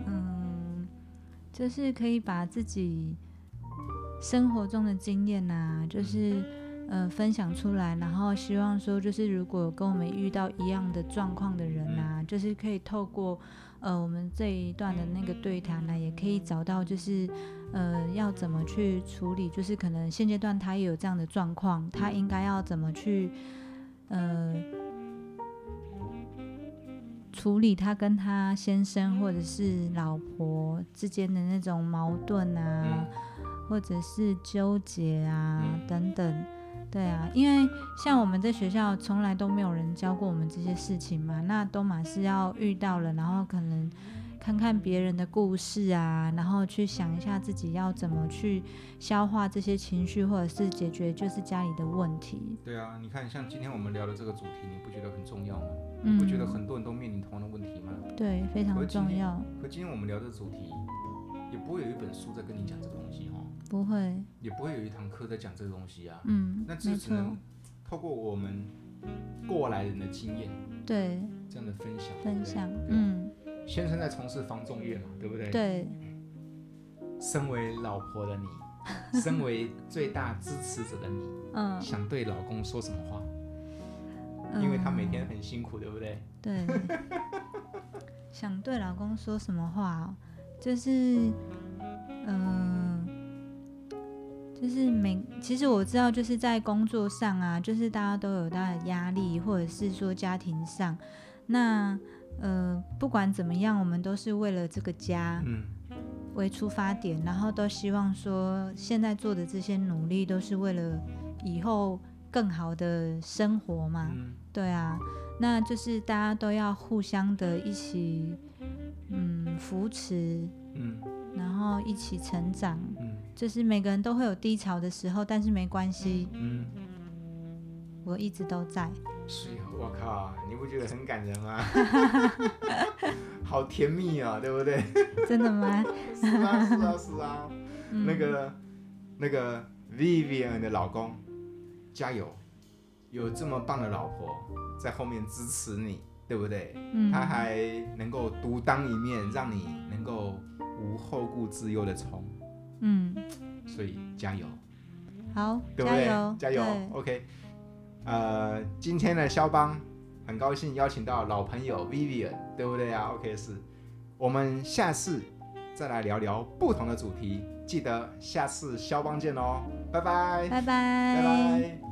[SPEAKER 2] 嗯，就是可以把自己生活中的经验呐、就是呃分享出来，然后希望说，就是如果有跟我们遇到一样的状况的人呐、就是可以透过呃我们这一段的那个对谈呢、也可以找到就是呃要怎么去处理，就是可能现阶段他也有这样的状况，他应该要怎么去呃。处理他跟他先生或者是老婆之间的那种矛盾啊，或者是纠结啊、
[SPEAKER 1] 嗯
[SPEAKER 2] 等等。对啊，因为像我们在学校从来都没有人教过我们这些事情嘛，那都嘛是要遇到了，然后可能看看别人的故事啊，然后去想一下自己要怎么去消化这些情绪，或者是解决就是家里的问题。
[SPEAKER 1] 对啊，你看，像今天我们聊的这个主题，你不觉得很重要吗？
[SPEAKER 2] 嗯，
[SPEAKER 1] 不觉得很多人都面临同样的问题吗？
[SPEAKER 2] 对非
[SPEAKER 1] 我
[SPEAKER 2] 常
[SPEAKER 1] 今
[SPEAKER 2] 重
[SPEAKER 1] 天
[SPEAKER 2] 要，
[SPEAKER 1] 可今天我们聊的主题，也不会有一本书在跟你讲这个东西哦，
[SPEAKER 2] 不会，
[SPEAKER 1] 也不会有一堂课在讲这个东西啊。
[SPEAKER 2] 嗯，
[SPEAKER 1] 那这
[SPEAKER 2] 没
[SPEAKER 1] 只
[SPEAKER 2] 错，
[SPEAKER 1] 能透过我们过来人的经验，
[SPEAKER 2] 对，
[SPEAKER 1] 这样的分享。对不
[SPEAKER 2] 分
[SPEAKER 1] 对
[SPEAKER 2] 享，。
[SPEAKER 1] 对啊
[SPEAKER 2] 嗯，
[SPEAKER 1] 先生在从事房仲业嘛，对不对？
[SPEAKER 2] 对，
[SPEAKER 1] 身为老婆的
[SPEAKER 2] [laughs]
[SPEAKER 1] 你，身为最大支持者的你，
[SPEAKER 2] 嗯，
[SPEAKER 1] 想对老公说什么话？
[SPEAKER 2] 嗯
[SPEAKER 1] 因为他每天很辛苦，对不对？
[SPEAKER 2] 对，想对老公说什么话哦、就是嗯、就是每其实我知道，就是在工作上啊，就是大家都有大家的压力，或者是说家庭上，那呃，不管怎么样，我们都是为了这个家
[SPEAKER 1] 嗯
[SPEAKER 2] 为出发点，然后都希望说现在做的这些努力都是为了以后更好的生活嘛。
[SPEAKER 1] 嗯
[SPEAKER 2] 对啊，那就是大家都要互相的一起，嗯，扶持，
[SPEAKER 1] 嗯
[SPEAKER 2] 然后一起成长。
[SPEAKER 1] 嗯
[SPEAKER 2] 就是每个人都会有低潮的时候，但是没关系，
[SPEAKER 1] 嗯，
[SPEAKER 2] 我一直都在。
[SPEAKER 1] 是啊，我靠，你不觉得很感人
[SPEAKER 2] [laughs]
[SPEAKER 1] 吗？好甜蜜啊、对不
[SPEAKER 2] [laughs]
[SPEAKER 1] 对？
[SPEAKER 2] 真的吗？ [laughs]
[SPEAKER 1] 是啊是啊是啊，
[SPEAKER 2] 嗯、
[SPEAKER 1] 那个那个 Vivian 的老公，加油！有这么棒的老婆在后面支持你，对不对？
[SPEAKER 2] 嗯，
[SPEAKER 1] 他还能够独当一面，让你能够无后顾之忧的冲，
[SPEAKER 2] 嗯，
[SPEAKER 1] 所以加油，
[SPEAKER 2] 好，
[SPEAKER 1] 对不对？
[SPEAKER 2] 加
[SPEAKER 1] 加
[SPEAKER 2] 油，
[SPEAKER 1] 油
[SPEAKER 2] 对
[SPEAKER 1] ，OK。呃，今天的肖邦很高兴邀请到老朋友 Vivian，对不对啊？OK，是我们下次再来聊聊不同的主题，记得下次肖邦见哦，拜拜，
[SPEAKER 2] 拜拜，
[SPEAKER 1] 拜拜